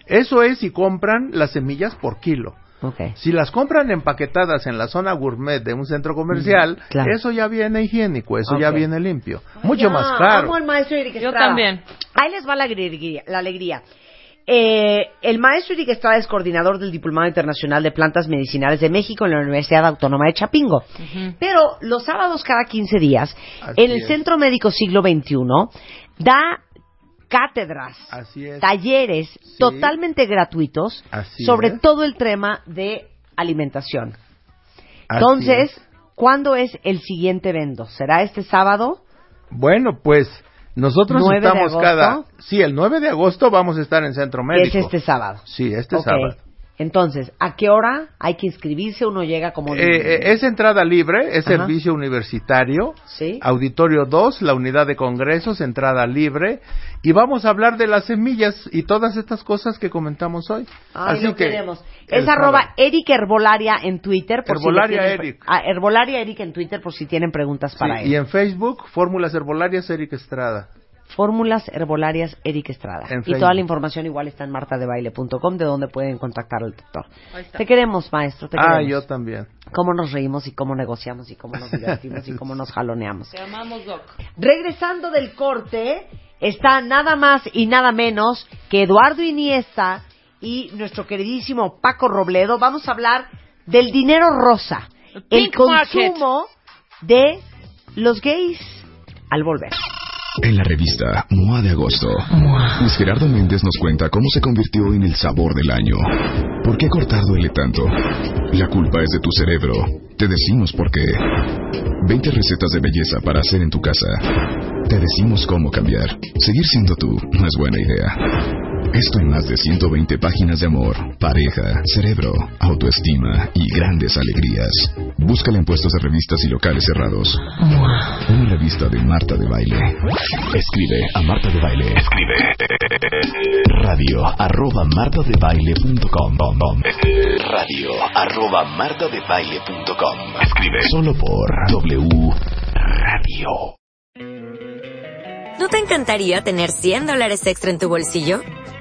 Speaker 7: Eso es si compran las semillas por kilo.
Speaker 3: Ok.
Speaker 7: Si las compran empaquetadas en la zona gourmet de un centro comercial,
Speaker 3: Mm, claro.
Speaker 7: eso ya viene higiénico, eso ya
Speaker 3: Ok.
Speaker 7: viene limpio. Mucho
Speaker 3: Ya,
Speaker 7: más caro.
Speaker 3: amo al maestro Eric
Speaker 4: Yo
Speaker 3: Estrada.
Speaker 4: también.
Speaker 3: Ahí les va la alegría. La alegría. Eh, el maestro Eric Estrada es coordinador del Diplomado Internacional de Plantas Medicinales de México en la Universidad Autónoma de Chapingo. Pero los sábados cada 15 días,
Speaker 7: Así
Speaker 3: en el
Speaker 7: es.
Speaker 3: Centro Médico Siglo XXI, da cátedras,
Speaker 7: Así es.
Speaker 3: talleres
Speaker 7: Sí.
Speaker 3: totalmente gratuitos
Speaker 7: Así
Speaker 3: sobre
Speaker 7: es.
Speaker 3: todo el tema de alimentación.
Speaker 7: Así
Speaker 3: Entonces,
Speaker 7: es.
Speaker 3: ¿cuándo es el siguiente evento? ¿Será este sábado?
Speaker 7: Bueno, pues nosotros
Speaker 3: 9 de
Speaker 7: estamos
Speaker 3: agosto.
Speaker 7: cada... Sí, el 9 de agosto vamos a estar en Centro
Speaker 3: que
Speaker 7: Médico.
Speaker 3: Es este sábado.
Speaker 7: Sí, este
Speaker 3: Ok.
Speaker 7: sábado.
Speaker 3: Entonces, ¿a qué hora hay que inscribirse? Uno llega como...
Speaker 7: Eh, eh, es entrada libre, es
Speaker 3: Ajá.
Speaker 7: servicio universitario.
Speaker 3: Sí.
Speaker 7: Auditorio 2, la unidad de congresos, entrada libre. Y vamos a hablar de las semillas y todas estas cosas que comentamos hoy.
Speaker 3: Ay, lo
Speaker 7: que
Speaker 3: queremos.
Speaker 7: el
Speaker 3: Es arroba
Speaker 7: sábado.
Speaker 3: Eric Herbolaria en Twitter. Por si le
Speaker 7: Herbolaria
Speaker 3: tienen-
Speaker 7: Eric.
Speaker 3: Ah, Herbolaria Eric en Twitter por si tienen preguntas
Speaker 7: Sí,
Speaker 3: para
Speaker 7: Y
Speaker 3: él.
Speaker 7: en Facebook, Fórmulas Herbolarias Eric Estrada.
Speaker 3: Fórmulas Herbolarias Eric Estrada.
Speaker 7: En
Speaker 3: Y
Speaker 7: Facebook.
Speaker 3: toda la información igual está en martadebaile.com de donde pueden contactar al doctor. Te queremos, maestro. Te
Speaker 7: Ah,
Speaker 3: queremos.
Speaker 7: yo también.
Speaker 3: Cómo nos reímos y cómo negociamos y cómo nos divertimos y cómo nos jaloneamos.
Speaker 4: Te amamos, Doc.
Speaker 3: Regresando del corte, está nada más y nada menos que Eduardo Iniesta y nuestro queridísimo Paco Robledo. Vamos a hablar del dinero rosa, el
Speaker 4: Pink market.
Speaker 3: consumo de los gays. Al volver.
Speaker 1: En la revista MOA de agosto, Luis Gerardo Méndez nos cuenta cómo se convirtió en el sabor del año. ¿Por qué cortar duele tanto? La culpa es de tu cerebro. Te decimos por qué. 20 recetas de belleza para hacer en tu casa. Te decimos cómo cambiar. Seguir siendo tú no es buena idea. Esto en más de 120 páginas de amor, pareja, cerebro, autoestima y grandes alegrías. Búscala en puestos de revistas y locales cerrados. Una revista de Marta de Baile. Escribe a Marta de Baile. Escribe radio arroba martadebaile.com radio arroba martadebaile.com escribe solo por W Radio
Speaker 9: ¿No te encantaría tener 100 dólares extra en tu bolsillo?